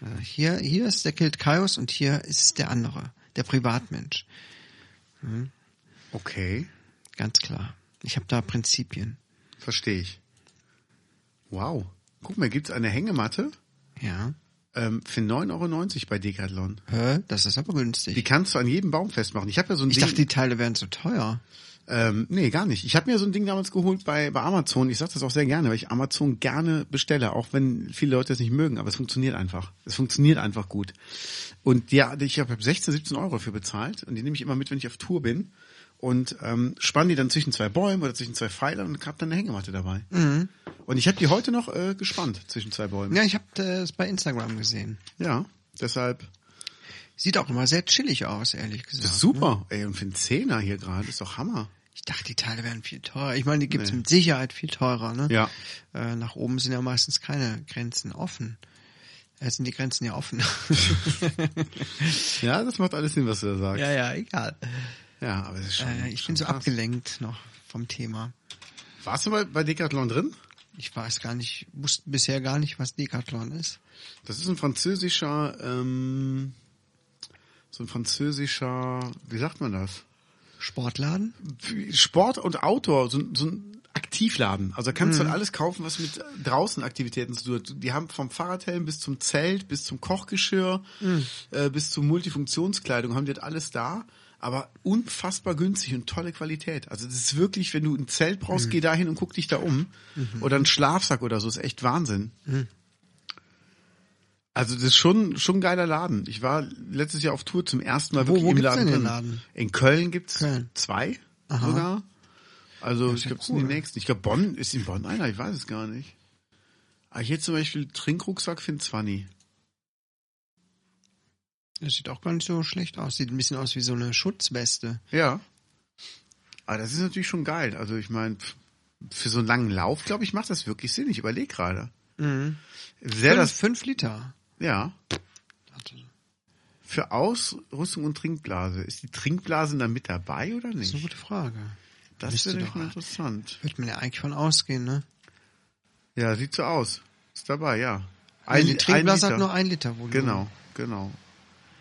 Speaker 1: Äh, hier, hier ist der Kilt Kaios und hier ist der andere, der Privatmensch.
Speaker 2: Okay.
Speaker 1: Ganz klar. Ich habe da Prinzipien.
Speaker 2: Verstehe ich. Wow. Guck mal, gibt's eine Hängematte
Speaker 1: Ja.
Speaker 2: ähm, für 9,90 Euro bei Decathlon.
Speaker 1: Hä? Das ist aber
Speaker 2: Die
Speaker 1: günstig.
Speaker 2: kannst du an jedem Baum festmachen. Ich habe ja so ein
Speaker 1: Ich
Speaker 2: Ding.
Speaker 1: dachte, die Teile wären zu teuer.
Speaker 2: Ähm, nee, gar nicht. Ich habe mir so ein Ding damals geholt bei, bei Amazon. Ich sage das auch sehr gerne, weil ich Amazon gerne bestelle, auch wenn viele Leute das nicht mögen, aber es funktioniert einfach. Es funktioniert einfach gut. Und ja, ich habe 16, 17 Euro für bezahlt und die nehme ich immer mit, wenn ich auf Tour bin und ähm, spann die dann zwischen zwei Bäumen oder zwischen zwei Pfeilern und hab dann eine Hängematte dabei. Und ich habe die heute noch äh, gespannt zwischen zwei Bäumen. Ja,
Speaker 1: Mhm. Ja, ich habe das bei Instagram gesehen.
Speaker 2: deshalb
Speaker 1: Sieht auch immer sehr chillig aus, ehrlich gesagt.
Speaker 2: super. Ey, und für einen Zehner hier gerade ist doch Hammer.
Speaker 1: Ich dachte, die Teile wären viel teurer. Ich meine, die gibt's
Speaker 2: Nee.
Speaker 1: mit Sicherheit viel teurer. Ne?
Speaker 2: Ja.
Speaker 1: Äh, nach oben sind ja meistens keine Grenzen offen. Äh, sind die Grenzen ja offen.
Speaker 2: Ja, das macht alles Sinn, was du da sagst. Ja,
Speaker 1: ja, egal.
Speaker 2: aber es ist schon,
Speaker 1: Äh, ich bin
Speaker 2: schon
Speaker 1: so
Speaker 2: krass.
Speaker 1: abgelenkt noch vom Thema.
Speaker 2: Warst du mal bei Decathlon drin?
Speaker 1: Ich weiß gar nicht, wusste bisher gar nicht, was Decathlon ist.
Speaker 2: Das ist ein französischer, ähm, so ein französischer, wie sagt man das?
Speaker 1: Sportladen?
Speaker 2: Sport und Outdoor, so, ein- so ein Aktivladen. Also da kannst du
Speaker 1: Mhm.
Speaker 2: halt alles kaufen, was mit draußen Aktivitäten zu tun hat. Die haben vom Fahrradhelm bis zum Zelt, bis zum Kochgeschirr,
Speaker 1: Mhm.
Speaker 2: äh, bis zur Multifunktionskleidung, haben die halt alles da. Aber unfassbar günstig und tolle Qualität. Also das ist wirklich, wenn du ein Zelt brauchst,
Speaker 1: Mhm.
Speaker 2: geh da hin und guck dich da um. Oder einen Schlafsack oder so, ist echt Wahnsinn.
Speaker 1: Mhm.
Speaker 2: Also das ist schon, schon ein geiler Laden. Ich war letztes Jahr auf Tour zum ersten Mal
Speaker 1: Wo-
Speaker 2: wirklich
Speaker 1: wo
Speaker 2: im
Speaker 1: gibt's
Speaker 2: Laden.
Speaker 1: denn den
Speaker 2: drin.
Speaker 1: Laden?
Speaker 2: In Köln gibt's
Speaker 1: Köln.
Speaker 2: zwei
Speaker 1: Aha.
Speaker 2: sogar. Also ich
Speaker 1: ja
Speaker 2: glaube, es
Speaker 1: cool.
Speaker 2: sind die nächsten. Ich glaube, Bonn ist in Bonn einer, ich weiß es gar nicht. Aber hier zum Beispiel Trinkrucksack für 20.
Speaker 1: Das sieht auch gar nicht so schlecht aus. Sieht ein bisschen aus wie so eine Schutzweste.
Speaker 2: Ja. Aber Ah, das ist natürlich schon geil. Also ich meine, für so einen langen Lauf, glaube ich, macht das wirklich Sinn. Ich überlege gerade.
Speaker 1: Mhm.
Speaker 2: Sehr
Speaker 1: fünf,
Speaker 2: das,
Speaker 1: fünf Liter.
Speaker 2: ja. Für Ausrüstung und Trinkblase. Ist die Trinkblase dann mit dabei oder
Speaker 1: Das ist eine
Speaker 2: nicht?
Speaker 1: gute Frage.
Speaker 2: Das
Speaker 1: Müsste
Speaker 2: wäre
Speaker 1: doch-
Speaker 2: doch mal interessant.
Speaker 1: Wird man ja eigentlich von ausgehen, ne?
Speaker 2: Ja, sieht so aus. Ist dabei, ja.
Speaker 1: Ein, Also die
Speaker 2: Li-
Speaker 1: Trinkblase hat
Speaker 2: Liter.
Speaker 1: nur ein Liter Volumen.
Speaker 2: Genau, genau.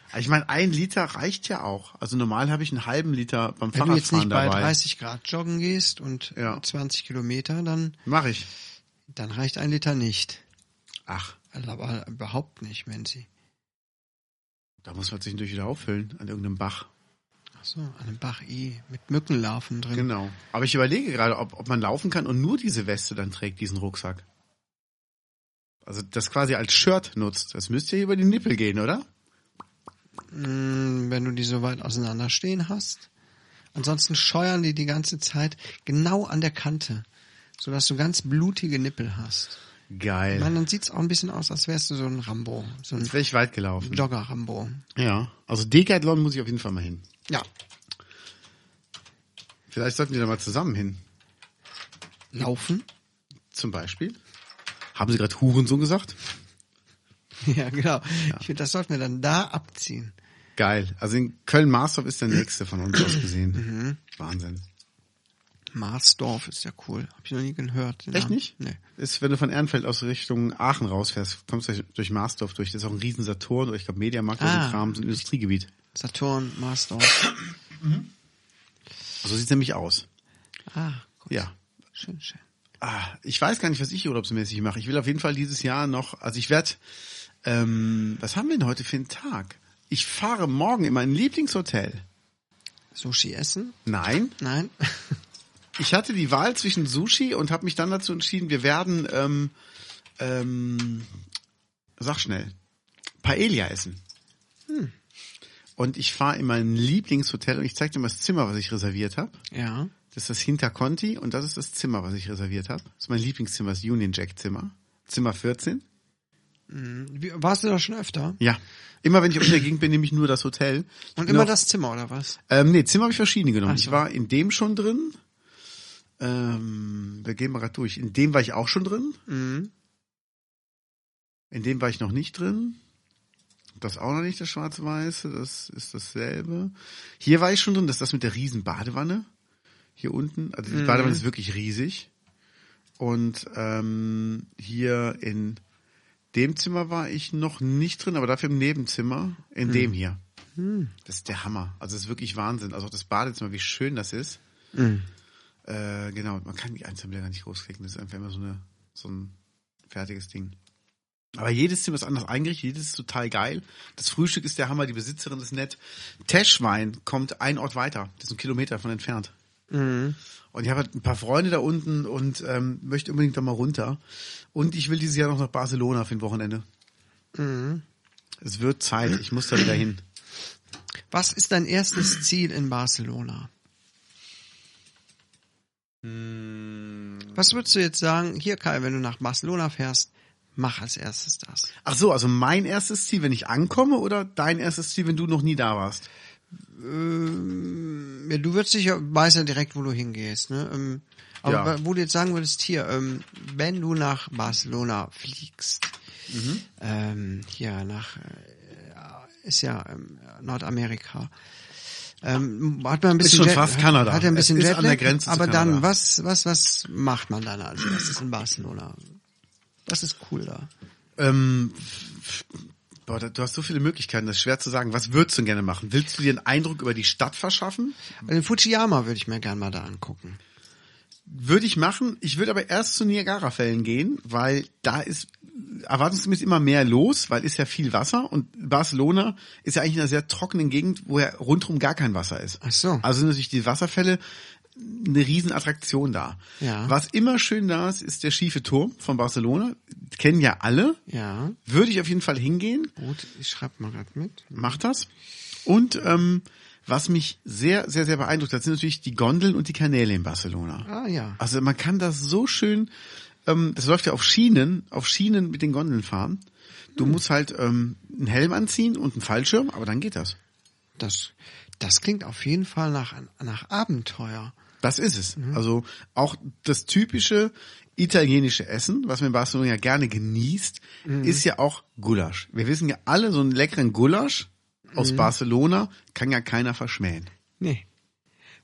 Speaker 2: Also ich meine, ein Liter reicht ja auch. Also normal habe ich einen halben Liter beim
Speaker 1: Wenn du jetzt
Speaker 2: Fahrradfahren
Speaker 1: nicht bei
Speaker 2: dabei.
Speaker 1: 30 Grad joggen gehst und
Speaker 2: Ja.
Speaker 1: 20 Kilometer, dann,
Speaker 2: Mache ich.
Speaker 1: dann reicht ein Liter nicht. Also
Speaker 2: Ach,
Speaker 1: Aber überhaupt nicht, Menzi.
Speaker 2: da muss man sich natürlich wieder auffüllen an irgendeinem Bach.
Speaker 1: Ach so, an einem Bach I mit Mückenlarven drin.
Speaker 2: Genau. Aber ich überlege gerade, ob, ob man laufen kann und nur diese Weste dann trägt, diesen Rucksack. Also das quasi als Shirt nutzt. Das müsste ja über die Nippel gehen, oder?
Speaker 1: Mm, wenn du die so weit auseinander stehen hast. Ansonsten scheuern die die ganze Zeit genau an der Kante, sodass du ganz blutige Nippel hast. Ich
Speaker 2: Geil.
Speaker 1: meine, dann sieht's auch ein bisschen aus, als wärst du so ein Rambo, so ein
Speaker 2: Jetzt wäre ich weit gelaufen.
Speaker 1: Jogger-Rambo.
Speaker 2: Ja. Also Decathlon muss ich auf jeden Fall mal hin.
Speaker 1: Ja,
Speaker 2: Vielleicht sollten wir da mal zusammen hin.
Speaker 1: laufen.
Speaker 2: Zum Beispiel. Haben Sie gerade Hurensohn gesagt?
Speaker 1: Ja, genau. Ich finde, das sollten wir dann da abziehen.
Speaker 2: Geil. Also in Köln-Marsdorf ist der nächste von uns aus
Speaker 1: Mhm.
Speaker 2: gesehen. Wahnsinn.
Speaker 1: Marsdorf ist ja cool. Hab ich noch nie gehört. den
Speaker 2: Echt
Speaker 1: Namen.
Speaker 2: nicht?
Speaker 1: Nee.
Speaker 2: Ist, wenn du von Ehrenfeld aus Richtung Aachen rausfährst, kommst du durch- durch Marsdorf durch. Das ist auch ein riesen Saturn oder ich glaube Mediamarkt oder
Speaker 1: Ah.
Speaker 2: so Kram, so ein Industriegebiet.
Speaker 1: Saturn, Marsdorf.
Speaker 2: So Also sieht's nämlich aus.
Speaker 1: Ah, gut.
Speaker 2: Ja.
Speaker 1: Schön, schön.
Speaker 2: ah, ich weiß gar nicht, was ich urlaubsmäßig mache. Ich will auf jeden Fall dieses Jahr noch, also ich werde, ähm, was haben wir denn heute für einen Tag? Ich fahre morgen in mein Lieblingshotel.
Speaker 1: Sushi essen?
Speaker 2: Nein,
Speaker 1: Nein.
Speaker 2: ich hatte die Wahl zwischen Sushi und habe mich dann dazu entschieden, wir werden, ähm, ähm, sag schnell, Paella essen. Hm. Und ich fahre in mein Lieblingshotel und ich zeig dir mal das Zimmer, was ich reserviert habe.
Speaker 1: Ja.
Speaker 2: Das ist das Hinterconti und das ist das Zimmer, was ich reserviert habe. Das ist mein Lieblingszimmer, das Union Jack Zimmer. Zimmer 14.
Speaker 1: Mm. Wie, warst du da schon öfter?
Speaker 2: Ja. Immer wenn ich auf der Gegend bin, nehme ich nur das Hotel.
Speaker 1: Und
Speaker 2: Noch-
Speaker 1: immer das Zimmer, oder was?
Speaker 2: Ähm, nee, Zimmer habe ich verschiedene genommen.
Speaker 1: Ach so.
Speaker 2: Ich war in dem schon drin. Ähm, wir gehen mal gerade durch. In dem war ich auch schon drin.
Speaker 1: Mhm.
Speaker 2: In dem war ich noch nicht drin. Das auch noch nicht, das schwarz-weiße. Das ist dasselbe. Hier war ich schon drin. Das ist das mit der riesen Badewanne. Hier unten. Also die
Speaker 1: Mhm.
Speaker 2: Badewanne ist wirklich riesig. Und ähm, hier in dem Zimmer war ich noch nicht drin, aber dafür im Nebenzimmer. In dem hier. Das ist der Hammer. Also das ist wirklich Wahnsinn. Also auch das Badezimmer, wie schön das ist. Äh, genau, man kann die Einzelbilder gar nicht großklicken. Das ist einfach immer so, eine, so ein fertiges Ding. Aber jedes Zimmer ist anders eingerichtet, jedes ist total geil. Das Frühstück ist der Hammer, die Besitzerin ist nett. Teschwein kommt einen Ort weiter, das ist ein Kilometer davon entfernt.
Speaker 1: Mhm.
Speaker 2: Und ich habe halt ein paar Freunde da unten und ähm, möchte unbedingt da mal runter. Und ich will dieses Jahr noch nach Barcelona für ein Wochenende.
Speaker 1: Mhm.
Speaker 2: Es wird Zeit, ich muss da wieder hin.
Speaker 1: Was ist dein erstes Ziel in Barcelona? Was würdest du jetzt sagen, hier Kai, wenn du nach Barcelona fährst, mach als erstes das.
Speaker 2: Ach so, also mein erstes Ziel, wenn ich ankomme oder dein erstes Ziel, wenn du noch nie da warst?
Speaker 1: Ja, du würdest dich ja, weißt ja direkt, wo du hingehst, ne? Ähm, aber
Speaker 2: Ja.
Speaker 1: wa- wo du jetzt sagen würdest, hier, ähm, wenn du nach Barcelona fliegst,
Speaker 2: Mhm.
Speaker 1: ähm, hier nach, äh, ist ja ähm, Nordamerika, ähm, hat man ein bisschen
Speaker 2: schon
Speaker 1: Jet-
Speaker 2: fast Kanada.
Speaker 1: Hat ja ein
Speaker 2: Es
Speaker 1: bisschen
Speaker 2: ist
Speaker 1: Jetlag,
Speaker 2: an der Grenze zu
Speaker 1: aber dann,
Speaker 2: Kanada.
Speaker 1: was, was, was macht man dann als erstes in Barcelona? Was ist cool da?
Speaker 2: Ähm, boah, da- du hast so viele Möglichkeiten, das ist schwer zu sagen. Was würdest du gerne machen? Willst du dir einen Eindruck über die Stadt verschaffen?
Speaker 1: Den Also Fujiyama würde ich mir gern mal da angucken.
Speaker 2: Würde ich machen. Ich würde aber erst zu Niagara-Fällen gehen, weil da ist erwartungsgemäß immer mehr los, weil ist ja viel Wasser und Barcelona ist ja eigentlich in einer sehr trockenen Gegend, wo ja rundherum gar kein Wasser ist.
Speaker 1: Ach so.
Speaker 2: Also sind natürlich die Wasserfälle eine Riesenattraktion da.
Speaker 1: Ja.
Speaker 2: Was immer schön da ist, ist der schiefe Turm von Barcelona. Kennen ja alle.
Speaker 1: Ja,
Speaker 2: Würde ich auf jeden Fall hingehen.
Speaker 1: gut, ich schreib mal grad mit.
Speaker 2: macht das. Und ähm, was mich sehr, sehr, sehr beeindruckt hat, sind natürlich die Gondeln und die Kanäle in Barcelona.
Speaker 1: Ah ja.
Speaker 2: Also man kann das so schön, ähm, das läuft ja auf Schienen, auf Schienen mit den Gondeln fahren. Du
Speaker 1: Hm.
Speaker 2: musst halt ähm, einen Helm anziehen und einen Fallschirm, aber dann geht das.
Speaker 1: Das, das klingt auf jeden Fall nach, nach Abenteuer.
Speaker 2: Das ist es.
Speaker 1: Mhm.
Speaker 2: Also auch das typische italienische Essen, was man in Barcelona ja gerne genießt,
Speaker 1: Mhm.
Speaker 2: ist ja auch Gulasch. Wir wissen ja alle, so einen leckeren Gulasch aus
Speaker 1: Mhm.
Speaker 2: Barcelona kann ja keiner verschmähen.
Speaker 1: Nee.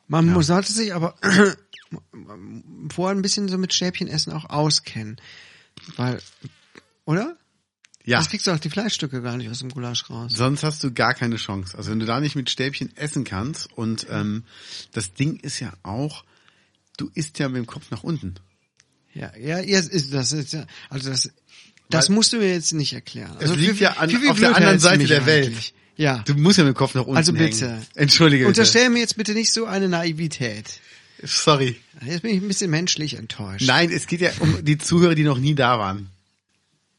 Speaker 1: Man muss, sollte sich aber vorher ein bisschen so mit Schäbchenessen auch auskennen. Weil, oder?
Speaker 2: Ja.
Speaker 1: Das kriegst du auch die Fleischstücke gar nicht aus dem Gulasch raus.
Speaker 2: Sonst hast du gar keine Chance. Also wenn du da nicht mit Stäbchen essen kannst und ähm, das Ding ist ja auch, du isst ja mit dem Kopf nach unten.
Speaker 1: Ja, ja, ja, es ist, das ist, ja- also das, das musst du mir jetzt nicht erklären. Also
Speaker 2: liegt ja an- auf der
Speaker 1: blöd
Speaker 2: anderen
Speaker 1: hältst du
Speaker 2: Seite
Speaker 1: mich
Speaker 2: der Welt.
Speaker 1: eigentlich? Ja.
Speaker 2: Du musst ja mit dem Kopf nach unten
Speaker 1: also bitte.
Speaker 2: Hängen. Entschuldige bitte.
Speaker 1: Unterstell mir jetzt bitte nicht so eine Naivität.
Speaker 2: Sorry.
Speaker 1: Jetzt bin ich ein bisschen menschlich enttäuscht.
Speaker 2: Nein, es geht ja um die Zuhörer, die noch nie da waren.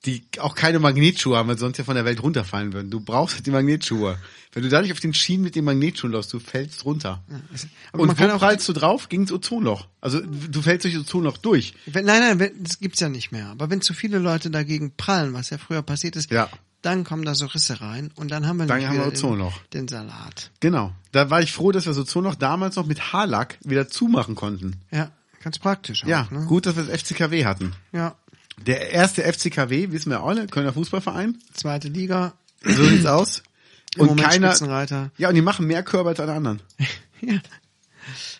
Speaker 2: Die auch keine Magnetschuhe haben, weil sonst ja von der Welt runterfallen würden. Du brauchst halt die Magnetschuhe. Wenn du da nicht auf den Schienen mit den Magnetschuhen läufst, du fällst runter.
Speaker 1: also, aber
Speaker 2: und
Speaker 1: man kann
Speaker 2: wo
Speaker 1: auch-
Speaker 2: prallst du drauf? Gegen das Ozonloch. Also du fällst durch das Ozonloch durch.
Speaker 1: Wenn, nein, nein, wenn, das gibt's ja nicht mehr. Aber wenn zu viele Leute dagegen prallen, was ja früher passiert ist,
Speaker 2: Ja.
Speaker 1: dann kommen da so Risse rein und dann haben wir
Speaker 2: Dann
Speaker 1: nämlich
Speaker 2: haben wir
Speaker 1: wieder
Speaker 2: Ozon
Speaker 1: den,
Speaker 2: noch.
Speaker 1: den Salat.
Speaker 2: Genau. Da war ich froh, dass wir das Ozonloch damals noch mit Haarlack wieder zumachen konnten.
Speaker 1: Ja, ganz praktisch. Auch,
Speaker 2: Ja,
Speaker 1: ne?
Speaker 2: gut, dass wir das FCKW hatten.
Speaker 1: Ja,
Speaker 2: Der erste FCKW, wissen wir alle, Kölner Fußballverein.
Speaker 1: zweite Liga.
Speaker 2: So sieht's aus.
Speaker 1: Im
Speaker 2: Und
Speaker 1: Moment
Speaker 2: keiner.
Speaker 1: Spitzenreiter.
Speaker 2: Ja, und die machen mehr Körper als alle anderen.
Speaker 1: ja,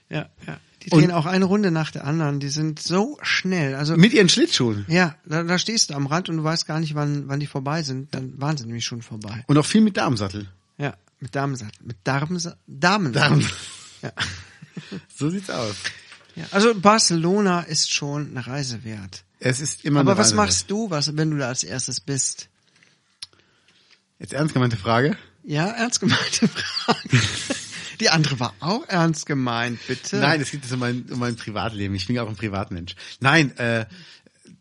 Speaker 1: ja, ja. Die
Speaker 2: Und-
Speaker 1: drehen auch eine Runde nach der anderen. Die sind so schnell. Also
Speaker 2: Mit ihren Schlittschuhen.
Speaker 1: ja, da, da stehst du am Rand und du weißt gar nicht, wann, wann die vorbei sind. Dann waren sie nämlich schon vorbei.
Speaker 2: Und auch viel mit Darmsattel.
Speaker 1: Ja, mit Damensatz, mit Darmsa Damen.
Speaker 2: Darm.
Speaker 1: Ja.
Speaker 2: So sieht's aus.
Speaker 1: Ja, also Barcelona ist schon eine Reise wert.
Speaker 2: Es ist immer
Speaker 1: Aber
Speaker 2: eine
Speaker 1: was
Speaker 2: Reise
Speaker 1: machst du, was, wenn du da als erstes bist?
Speaker 2: wert. Jetzt ernst gemeinte Frage.
Speaker 1: Ja, ernst gemeinte Frage. Die andere war auch ernst gemeint, bitte.
Speaker 2: Nein, es geht jetzt um mein, um mein Privatleben. Ich bin ja auch ein Privatmensch. Nein, äh,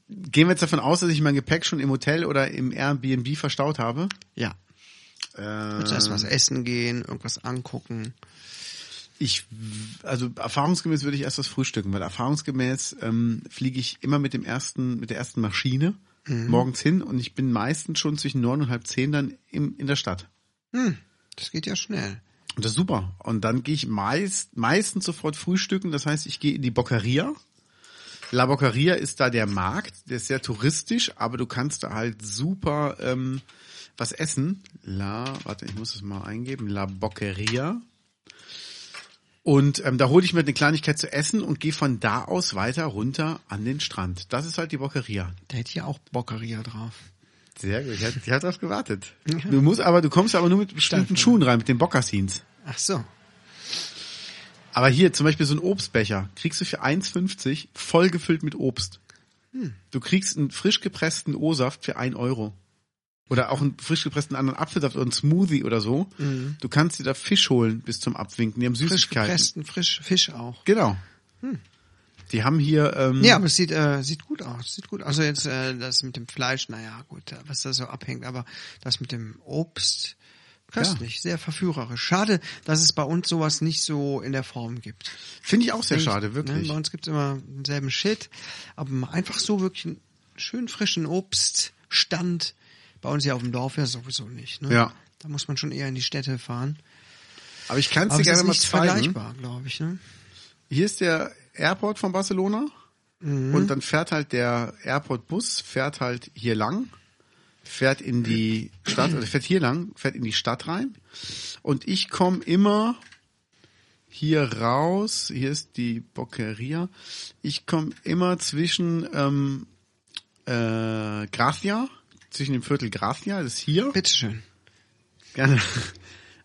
Speaker 2: gehen wir jetzt davon aus, dass ich mein Gepäck schon im Hotel oder im Airbnb verstaut habe.
Speaker 1: Ja.
Speaker 2: Äh,
Speaker 1: Willst du erst
Speaker 2: Ähm.
Speaker 1: was essen gehen, irgendwas angucken?
Speaker 2: ich, w- also erfahrungsgemäß würde ich erst was frühstücken, weil erfahrungsgemäß ähm, fliege ich immer mit dem ersten, mit der ersten Maschine morgens hin und ich bin meistens schon zwischen neun und halb zehn dann im, in der Stadt.
Speaker 1: Hm, das geht ja schnell.
Speaker 2: Und das ist super. Und dann gehe ich meist, meistens sofort frühstücken. Das heißt, ich gehe in die Boccheria. La Boccheria ist da der Markt. Der ist sehr touristisch, aber du kannst da halt super ähm, was essen. La, warte, ich muss das mal eingeben. La Boccheria. Und ähm, da hole ich mir eine Kleinigkeit zu essen und gehe von da aus weiter runter an den Strand. Das ist halt die Boccheria.
Speaker 1: Da hätte ich ja auch Bockeria drauf.
Speaker 2: Sehr gut. Ich habe hab drauf gewartet. Du musst aber, du kommst aber nur mit bestimmten Schuhen rein, mit den Boccasins.
Speaker 1: Ach so.
Speaker 2: Aber hier zum Beispiel so ein Obstbecher kriegst du für 1,50 voll gefüllt mit Obst.
Speaker 1: Hm.
Speaker 2: Du kriegst einen frisch gepressten O-Saft für 1 Euro. Oder auch einen frisch gepressten anderen Apfelsaft oder einen Smoothie oder so. Du kannst dir da Fisch holen bis zum Abwinken. Die haben
Speaker 1: Mhm. Frisch
Speaker 2: Süßigkeiten.
Speaker 1: gepressten frisch Fisch auch.
Speaker 2: Genau. Die haben hier, ähm,
Speaker 1: Ja, aber es sieht, äh, sieht gut aus. Sieht gut. Also jetzt äh, das mit dem Fleisch, naja, gut, äh, was da so abhängt, aber das mit dem Obst, köstlich, sehr verführerisch. Schade, dass es bei uns sowas nicht so in der Form gibt.
Speaker 2: finde ich auch sehr schade,
Speaker 1: Ne,
Speaker 2: wirklich.
Speaker 1: bei uns gibt's immer denselben Shit, aber mal einfach so wirklich einen schön frischen Obststand. Bei uns hier auf dem Dorf ja sowieso nicht. Ne?
Speaker 2: Ja.
Speaker 1: Da muss man schon eher in die Städte fahren.
Speaker 2: Aber ich kann es
Speaker 1: Aber es
Speaker 2: dir
Speaker 1: ist
Speaker 2: gerne mal
Speaker 1: nicht
Speaker 2: zeigen.
Speaker 1: vergleichbar, glaube ich. Ne?
Speaker 2: Hier ist der Airport von Barcelona. Und dann fährt halt der Airport-Bus, fährt halt hier lang, fährt in die Stadt, oder fährt hier lang, fährt in die Stadt rein. Und ich komme immer hier raus, hier ist die Boccheria, ich komme immer zwischen ähm, äh, Gracia, zwischen dem Viertel Gracia, das ist hier,
Speaker 1: Bitteschön.
Speaker 2: gerne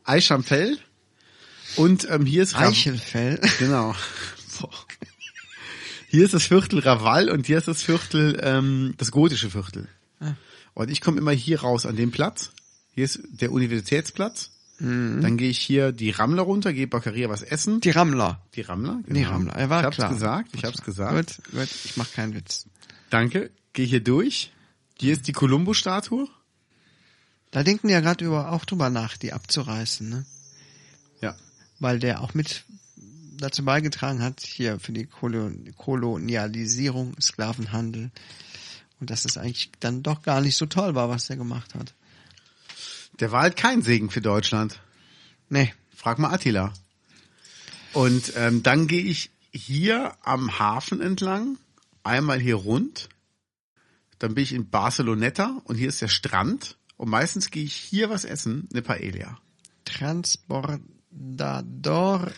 Speaker 2: Eichampel und ähm, hier ist Rav-
Speaker 1: Eichelfell.
Speaker 2: Genau. Boah. Hier ist das Viertel Raval und hier ist das Viertel, ähm, das gotische Viertel.
Speaker 1: Ah.
Speaker 2: Und ich komme immer hier raus an den Platz. Hier ist der Universitätsplatz.
Speaker 1: Mhm.
Speaker 2: Dann gehe ich hier die Rammler runter, gehe Baccaria was essen.
Speaker 1: Die Rammler.
Speaker 2: Die Rammler?
Speaker 1: Die Rammler. Er war
Speaker 2: Genau. ich hab's
Speaker 1: klar.
Speaker 2: gesagt, ich hab's gesagt.
Speaker 1: Gut, gut, ich mach keinen Witz.
Speaker 2: Danke. Gehe hier durch. Hier ist die Columbo-Statue.
Speaker 1: Da denken die ja gerade über auch drüber nach, die abzureißen, ne?
Speaker 2: Ja.
Speaker 1: Weil der auch mit dazu beigetragen hat, hier für die Kolon- Kolonialisierung, Sklavenhandel. Und dass das eigentlich dann doch gar nicht so toll war, was der gemacht hat.
Speaker 2: Der war halt kein Segen für Deutschland.
Speaker 1: Nee.
Speaker 2: Frag mal Attila. Und ähm, dann gehe ich hier am Hafen entlang, einmal hier rund, dann bin ich in Barceloneta und hier ist der Strand. Und meistens gehe ich hier was essen, eine Paella.
Speaker 1: Transbordador.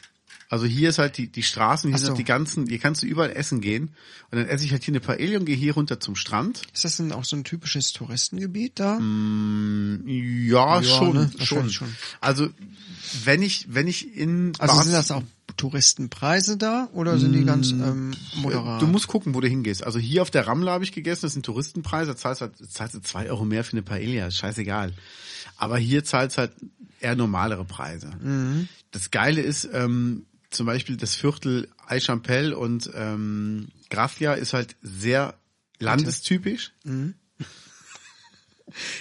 Speaker 2: Also hier ist halt die, die Straßen, hier
Speaker 1: Ach
Speaker 2: sind
Speaker 1: so.
Speaker 2: die ganzen, hier kannst du überall essen gehen. Und dann esse ich halt hier eine Paella und gehe hier runter zum Strand.
Speaker 1: Ist das denn auch so ein typisches Touristengebiet da?
Speaker 2: Hm, Ja,
Speaker 1: Ja,
Speaker 2: schon,
Speaker 1: ne?
Speaker 2: schon,
Speaker 1: Wahrscheinlich schon.
Speaker 2: Also wenn ich, wenn ich in
Speaker 1: Also
Speaker 2: Bar-
Speaker 1: sind das auch Touristenpreise da oder sind die ganz ähm, moderat?
Speaker 2: Hm, Äh, Du musst gucken, wo du hingehst. Also hier auf der Ramla habe ich gegessen, das sind Touristenpreise, da zahlst, halt, zahlst du zwei Euro mehr für eine Paella, ist scheißegal. Aber hier zahlst halt eher normalere Preise. Das Geile ist, ähm, zum Beispiel das Viertel Eichampel und ähm, Gracia ist halt sehr landestypisch.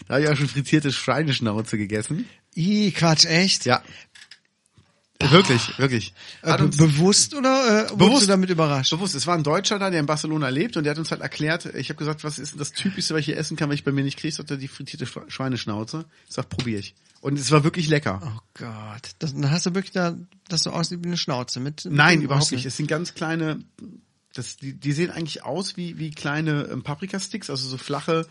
Speaker 2: da habe ich auch schon frittierte Schweineschnauze gegessen.
Speaker 1: Ih, Quatsch, echt?
Speaker 2: Ja. Wirklich, wirklich.
Speaker 1: Äh,
Speaker 2: Hat
Speaker 1: be
Speaker 2: uns-
Speaker 1: bewusst oder äh, bewusst. wurdest du damit überrascht?
Speaker 2: Bewusst, es war ein Deutscher da, der in Barcelona lebt und der hat uns halt erklärt, ich habe gesagt, was ist denn das Typischste, was ich hier essen kann, weil ich bei mir nicht kriege, sagt er die frittierte Schwe- Schweineschnauze. Ich sag, probier ich. Und es war wirklich lecker.
Speaker 1: Oh Gott, das, dann hast du wirklich da, das so aussieht wie eine Schnauze mit. mit
Speaker 2: Nein,
Speaker 1: dem
Speaker 2: überhaupt
Speaker 1: Rüssel.
Speaker 2: nicht. Es sind ganz kleine, das, die, die sehen eigentlich aus wie, wie kleine ähm, Paprikasticks, also so flache,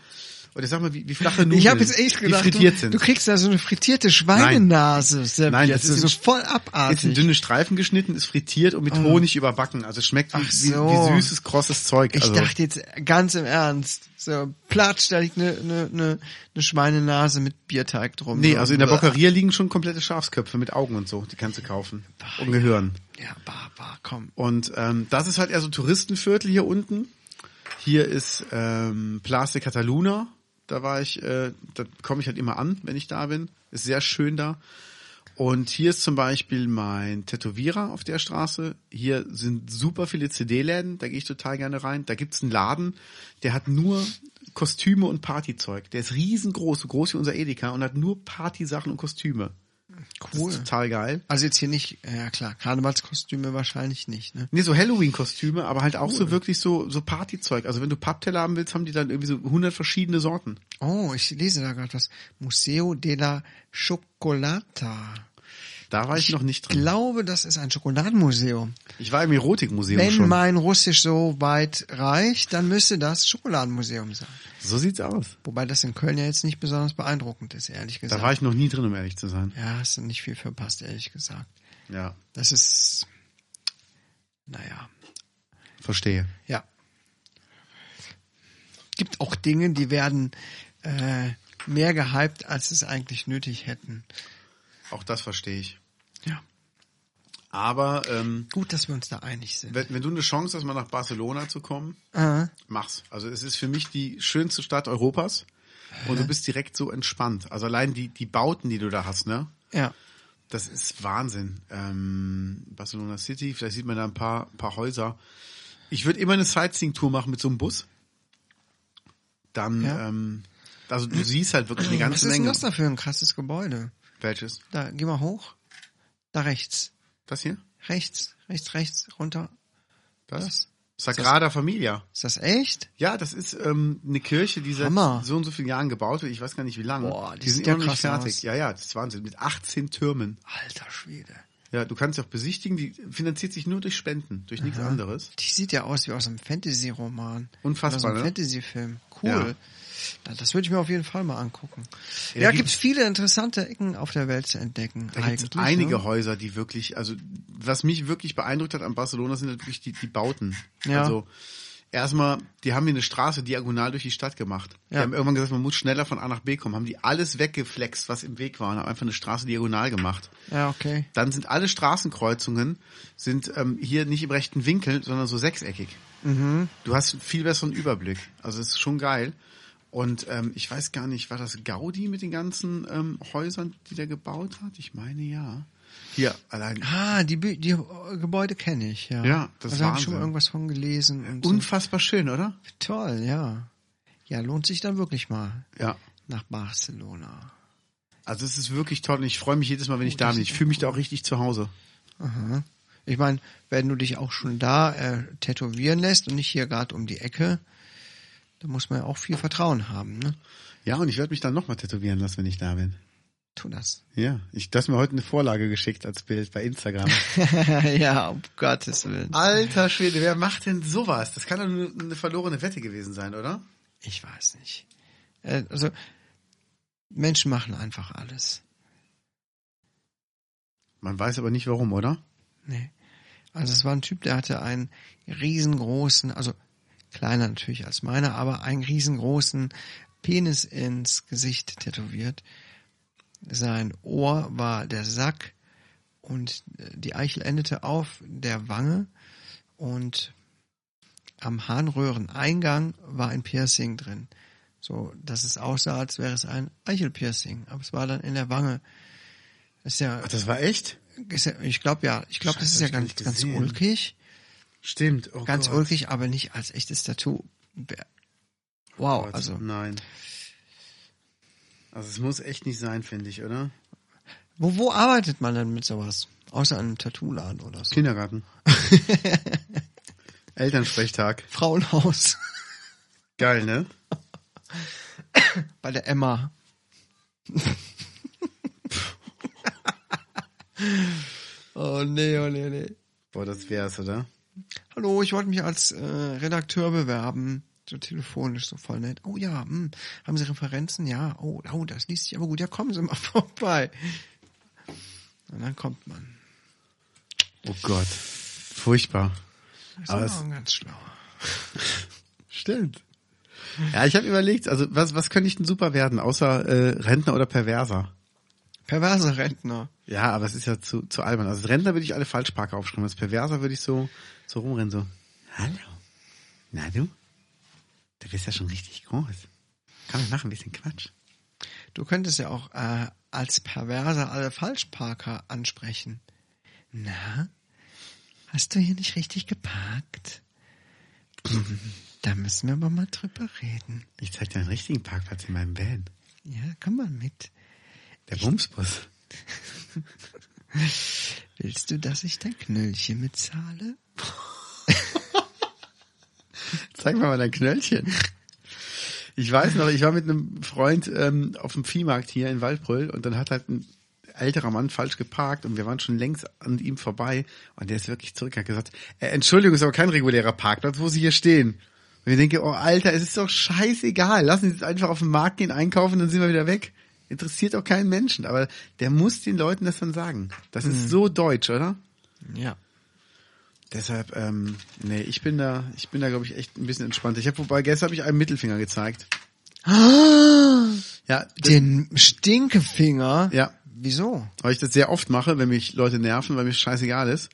Speaker 2: Oder sag mal, wie, wie flache Nudeln,
Speaker 1: Ich habe jetzt echt gedacht,
Speaker 2: die frittiert
Speaker 1: du,
Speaker 2: sind.
Speaker 1: du kriegst da so eine frittierte Schweinenase. Sepp,
Speaker 2: Nein, das
Speaker 1: jetzt.
Speaker 2: ist
Speaker 1: so
Speaker 2: in-
Speaker 1: voll
Speaker 2: ist in
Speaker 1: abartig.
Speaker 2: dünne Streifen geschnitten, ist frittiert und mit Honig überbacken. Also schmeckt wie,
Speaker 1: Ah. Ach so.
Speaker 2: wie, wie süßes, krosses Zeug.
Speaker 1: Ich
Speaker 2: also,
Speaker 1: dachte jetzt ganz im Ernst, so platsch, da liegt eine, eine, eine, eine Schweinenase mit Bierteig drum.
Speaker 2: nee,
Speaker 1: So.
Speaker 2: also in der Bockeria liegen schon komplette Schafsköpfe mit Augen und so. Die kannst du kaufen. Und Gehirn.
Speaker 1: Ja, bah, bah, komm.
Speaker 2: Und ähm, das ist halt eher so ein Touristenviertel hier unten. Hier ist ähm, Place de Cataluna. Da war ich, äh, da komme ich halt immer an, wenn ich da bin. Ist sehr schön da. Und hier ist zum Beispiel mein Tätowierer auf der Straße. Hier sind super viele CD-Läden, da gehe ich total gerne rein. Da gibt's einen Laden, der hat nur Kostüme und Partyzeug. Der ist riesengroß, so groß wie unser Edeka und hat nur Partysachen und Kostüme. Das
Speaker 1: Cool.
Speaker 2: ist total geil.
Speaker 1: Also jetzt hier nicht, ja klar, Karnevalskostüme wahrscheinlich nicht, ne?
Speaker 2: Nee, so Halloween-Kostüme, aber halt auch so wirklich so, so Partyzeug. Also wenn du Pappteller haben willst, haben die dann irgendwie so 100 verschiedene Sorten.
Speaker 1: Oh, ich lese da gerade was. Museo della Chocolata.
Speaker 2: Da war ich noch nicht
Speaker 1: Ich
Speaker 2: drin.
Speaker 1: glaube, das ist ein Schokoladenmuseum.
Speaker 2: Ich war im Erotikmuseum
Speaker 1: Wenn
Speaker 2: schon.
Speaker 1: mein Russisch so weit reicht, dann müsste das Schokoladenmuseum sein.
Speaker 2: So sieht's aus.
Speaker 1: Wobei das in Köln ja jetzt nicht besonders beeindruckend ist, ehrlich
Speaker 2: Da
Speaker 1: gesagt.
Speaker 2: war ich noch nie drin, um ehrlich zu sein.
Speaker 1: ja, hast du nicht viel verpasst, ehrlich gesagt.
Speaker 2: Ja,
Speaker 1: Das ist, naja,
Speaker 2: verstehe.
Speaker 1: ja. Gibt auch Dinge, die werden äh, mehr gehypt, als es eigentlich nötig hätten.
Speaker 2: Auch das verstehe ich.
Speaker 1: Ja.
Speaker 2: Aber ähm,
Speaker 1: Gut, dass wir uns da einig sind.
Speaker 2: wenn, wenn du eine Chance hast, mal nach Barcelona zu kommen,
Speaker 1: Äh,
Speaker 2: mach's. Also es ist für mich die schönste Stadt Europas und du bist direkt so entspannt. Also allein die, die Bauten, die du da hast, ne?
Speaker 1: ja.
Speaker 2: Das ist Wahnsinn. Ähm, Barcelona City, vielleicht sieht man da ein paar, paar Häuser. Ich würde immer eine Sightseeing-Tour machen mit so einem Bus. Dann,
Speaker 1: Ja.
Speaker 2: ähm, also du siehst halt wirklich eine
Speaker 1: Was
Speaker 2: ganze
Speaker 1: ist denn
Speaker 2: Menge.
Speaker 1: das da für ein krasses Gebäude?
Speaker 2: Welches?
Speaker 1: Da, geh mal hoch. Da rechts.
Speaker 2: Das hier?
Speaker 1: Rechts, rechts, rechts, runter.
Speaker 2: Das?
Speaker 1: Das?
Speaker 2: Sagrada Familia.
Speaker 1: Ist das echt?
Speaker 2: Ja, das ist ähm, eine Kirche, die seit
Speaker 1: Hammer.
Speaker 2: so und so vielen Jahren gebaut wird. Ich weiß gar nicht, wie lange.
Speaker 1: Boah, die sieht ja krass aus.
Speaker 2: Ja, ja, das ist Wahnsinn. Mit 18 Türmen.
Speaker 1: Alter Schwede.
Speaker 2: Ja, du kannst sie auch besichtigen. Die finanziert sich nur durch Spenden, durch nichts anderes.
Speaker 1: Die sieht ja aus wie aus einem Fantasy-Roman.
Speaker 2: Unfassbar,
Speaker 1: Aus einem
Speaker 2: ne?
Speaker 1: Fantasy-Film. Cool.
Speaker 2: Ja.
Speaker 1: Da- Das würde ich mir auf jeden Fall mal angucken.
Speaker 2: Ja,
Speaker 1: Ja,
Speaker 2: die-
Speaker 1: gibt's viele interessante Ecken auf der Welt zu entdecken.
Speaker 2: Da gibt's
Speaker 1: eigentlich,
Speaker 2: einige
Speaker 1: Ne?
Speaker 2: Häuser, die wirklich, also was mich wirklich beeindruckt hat an Barcelona sind natürlich die, die Bauten.
Speaker 1: Ja.
Speaker 2: Also erstmal, die haben hier eine Straße diagonal durch die Stadt gemacht. Die
Speaker 1: Ja.
Speaker 2: haben irgendwann gesagt, man muss schneller von A nach B kommen. Haben die alles weggeflext, was im Weg war und haben einfach eine Straße diagonal gemacht.
Speaker 1: Ja, okay.
Speaker 2: Dann sind alle Straßenkreuzungen sind ähm, hier nicht im rechten Winkel, sondern so sechseckig. Mhm. Du hast einen viel besseren Überblick. Also es ist schon geil. Und ähm, ich weiß gar nicht, war das Gaudi mit den ganzen ähm, Häusern, die der gebaut hat? Ich meine ja. Hier allein
Speaker 1: Ah, die, Bü- die äh, Gebäude kenne ich, ja.
Speaker 2: Ja, das
Speaker 1: also,
Speaker 2: ist
Speaker 1: Da habe ich schon
Speaker 2: Wahnsinn.
Speaker 1: mal irgendwas von gelesen. Und so.
Speaker 2: unfassbar schön, oder?
Speaker 1: Toll, ja. Ja, lohnt sich dann wirklich mal
Speaker 2: Ja.
Speaker 1: nach Barcelona.
Speaker 2: Also es ist wirklich toll und ich freue mich jedes Mal, wenn ich da bin. Ich fühle mich da auch richtig zu Hause.
Speaker 1: Aha. Ich meine, wenn du dich auch schon da äh, tätowieren lässt und nicht hier gerade um die Ecke, da muss man ja auch viel Vertrauen haben, ne?
Speaker 2: Ja, und ich werde mich dann nochmal tätowieren lassen, wenn ich da bin.
Speaker 1: Tu das.
Speaker 2: Ja, ich, das mir heute eine Vorlage geschickt als Bild bei Instagram.
Speaker 1: ja, um Gottes Willen.
Speaker 2: Alter Schwede, wer macht denn sowas? Das kann doch nur eine verlorene Wette gewesen sein, oder?
Speaker 1: Ich weiß nicht. Äh, also, Menschen machen einfach alles.
Speaker 2: Man weiß aber nicht warum, oder?
Speaker 1: Nee. Also es war ein Typ, der hatte einen riesengroßen, also kleiner natürlich als meiner, aber einen riesengroßen Penis ins Gesicht tätowiert. Sein Ohr war der Sack und äh, die Eichel endete auf der Wange und am Harnröhreneingang war ein Piercing drin. So, dass es aussah, als wäre es ein Eichelpiercing, aber es war dann in der Wange. Ist ja,
Speaker 2: das war echt?
Speaker 1: ist ja, ich glaube ja, ich glaube, das
Speaker 2: Scheiße,
Speaker 1: ist ja
Speaker 2: hab
Speaker 1: ganz,
Speaker 2: ich gar
Speaker 1: ganz
Speaker 2: nicht gesehen.
Speaker 1: ulkig.
Speaker 2: Stimmt. Oh
Speaker 1: Ganz
Speaker 2: Gott.
Speaker 1: ulkig, aber nicht als echtes Tattoo. Wer- Wow,
Speaker 2: Gott,
Speaker 1: also.
Speaker 2: Nein. Also es muss echt nicht sein, finde ich, oder?
Speaker 1: Wo, wo arbeitet man denn mit sowas? Außer an einem Tattoo-Laden oder so.
Speaker 2: Kindergarten. Elternsprechtag.
Speaker 1: Frauenhaus.
Speaker 2: Geil, ne?
Speaker 1: Bei der Emma. oh nee, oh nee, nee.
Speaker 2: Boah, das wär's, oder?
Speaker 1: Hallo, ich wollte mich als äh, Redakteur bewerben. so telefonisch so voll nett. Oh ja, hm, haben Sie Referenzen? Ja, oh, oh, das liest sich aber gut. Ja, kommen Sie mal vorbei. Und dann kommt man.
Speaker 2: Oh Gott. Furchtbar.
Speaker 1: Das
Speaker 2: Aber
Speaker 1: ist
Speaker 2: es-
Speaker 1: auch ganz schlau.
Speaker 2: Stimmt. Ja, ich habe überlegt, also was, was könnte ich denn super werden, außer äh, Rentner oder Perverser?
Speaker 1: Perverse Rentner.
Speaker 2: Ja, aber es ist ja zu, zu albern. Also als Rentner würde ich alle Falschparker aufschreiben, als Perverser würde ich so, so rumrennen, so, hallo, na du, du bist ja schon richtig groß. Komm, wir machen ein bisschen Quatsch.
Speaker 1: Du könntest ja auch äh, als Perverser alle Falschparker ansprechen. Na, hast du hier nicht richtig geparkt? Hm, Da müssen wir aber mal drüber reden.
Speaker 2: Ich zeig dir einen richtigen Parkplatz in meinem Van,
Speaker 1: Ja, komm mal mit.
Speaker 2: der Bumsbus.
Speaker 1: Willst du, dass ich dein Knöllchen mitzahle?
Speaker 2: Zeig mir mal dein Knöllchen. Ich weiß noch, ich war mit einem Freund ähm, auf dem Viehmarkt hier in Waldbröl und dann hat halt ein älterer Mann falsch geparkt und wir waren schon längst an ihm vorbei und der ist wirklich zurück und hat gesagt, äh, Entschuldigung, ist aber kein regulärer Parkplatz, wo Sie hier stehen. Und ich denke, oh Alter, es ist doch scheißegal, lassen Sie es einfach auf den Markt gehen, einkaufen, dann sind wir wieder weg. Interessiert auch keinen Menschen, aber der muss den Leuten das dann sagen. Das ist so deutsch, oder?
Speaker 1: Ja.
Speaker 2: Deshalb, ähm, nee, ich bin da, ich bin da, glaube ich, echt ein bisschen entspannt. Ich habe, wobei gestern habe ich einen Mittelfinger gezeigt. Ja, das,
Speaker 1: Den Stinkefinger?
Speaker 2: Ja.
Speaker 1: Wieso?
Speaker 2: weil ich das sehr oft mache, wenn mich Leute nerven, weil mir scheißegal ist.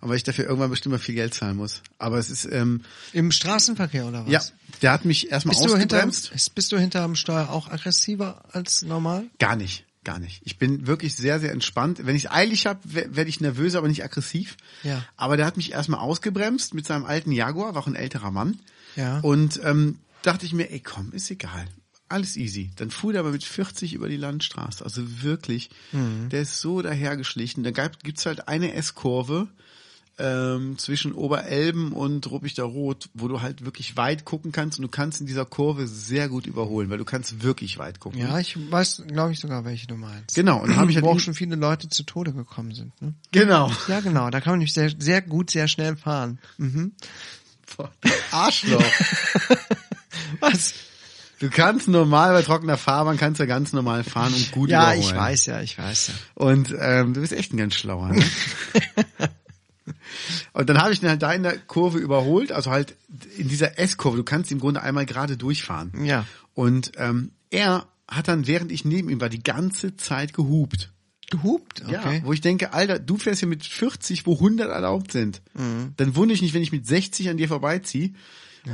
Speaker 2: Aber ich dafür irgendwann bestimmt mal viel Geld zahlen muss. Aber es ist, ähm,
Speaker 1: Im Straßenverkehr oder was?
Speaker 2: ja, der hat mich erstmal
Speaker 1: Bist du, hinterm,
Speaker 2: ausgebremst.
Speaker 1: bist du hinterm Steuer auch aggressiver als normal?
Speaker 2: Gar nicht, gar nicht. Ich bin wirklich sehr, sehr entspannt. Wenn ich es eilig habe, werde ich nervös, aber nicht aggressiv.
Speaker 1: Ja.
Speaker 2: Aber der hat mich erstmal ausgebremst mit seinem alten Jaguar, war auch ein älterer Mann.
Speaker 1: Ja.
Speaker 2: Und ähm, dachte ich mir, ey komm, ist egal. Alles easy. Dann fuhr der aber mit 40 über die Landstraße. Also wirklich,
Speaker 1: Mhm.
Speaker 2: der ist so dahergeschlichen. Da gab- gibt's halt eine S-Kurve ähm, zwischen Oberelben und Ruppichter Rot, wo du halt wirklich weit gucken kannst und du kannst in dieser Kurve sehr gut überholen, weil du kannst wirklich weit gucken.
Speaker 1: Ja, ich weiß, glaube ich sogar, welche du meinst.
Speaker 2: Genau, und da hab ich halt
Speaker 1: Wo auch
Speaker 2: eben-
Speaker 1: schon viele Leute zu Tode gekommen sind. Ne?
Speaker 2: Genau.
Speaker 1: Ja, genau. Da kann man nämlich sehr, sehr gut, sehr schnell fahren. Mhm.
Speaker 2: Boah, du Arschloch.
Speaker 1: Was?
Speaker 2: Du kannst normal bei trockener Fahrbahn kannst du ganz normal fahren und gut
Speaker 1: Ja,
Speaker 2: überholen.
Speaker 1: ich weiß ja, ich weiß ja.
Speaker 2: Und ähm, du bist echt ein ganz schlauer. Ne? und dann habe ich ihn halt da in der Kurve überholt, also halt in dieser S-Kurve. Du kannst im Grunde einmal gerade durchfahren.
Speaker 1: Ja.
Speaker 2: Und ähm, er hat dann, während ich neben ihm war, die ganze Zeit gehupt.
Speaker 1: Gehupt?
Speaker 2: Ja,
Speaker 1: Okay.
Speaker 2: wo ich denke, Alter, du fährst hier mit 40, wo 100 erlaubt sind.
Speaker 1: Mhm.
Speaker 2: Dann wundere ich mich, wenn ich mit 60 an dir vorbeiziehe.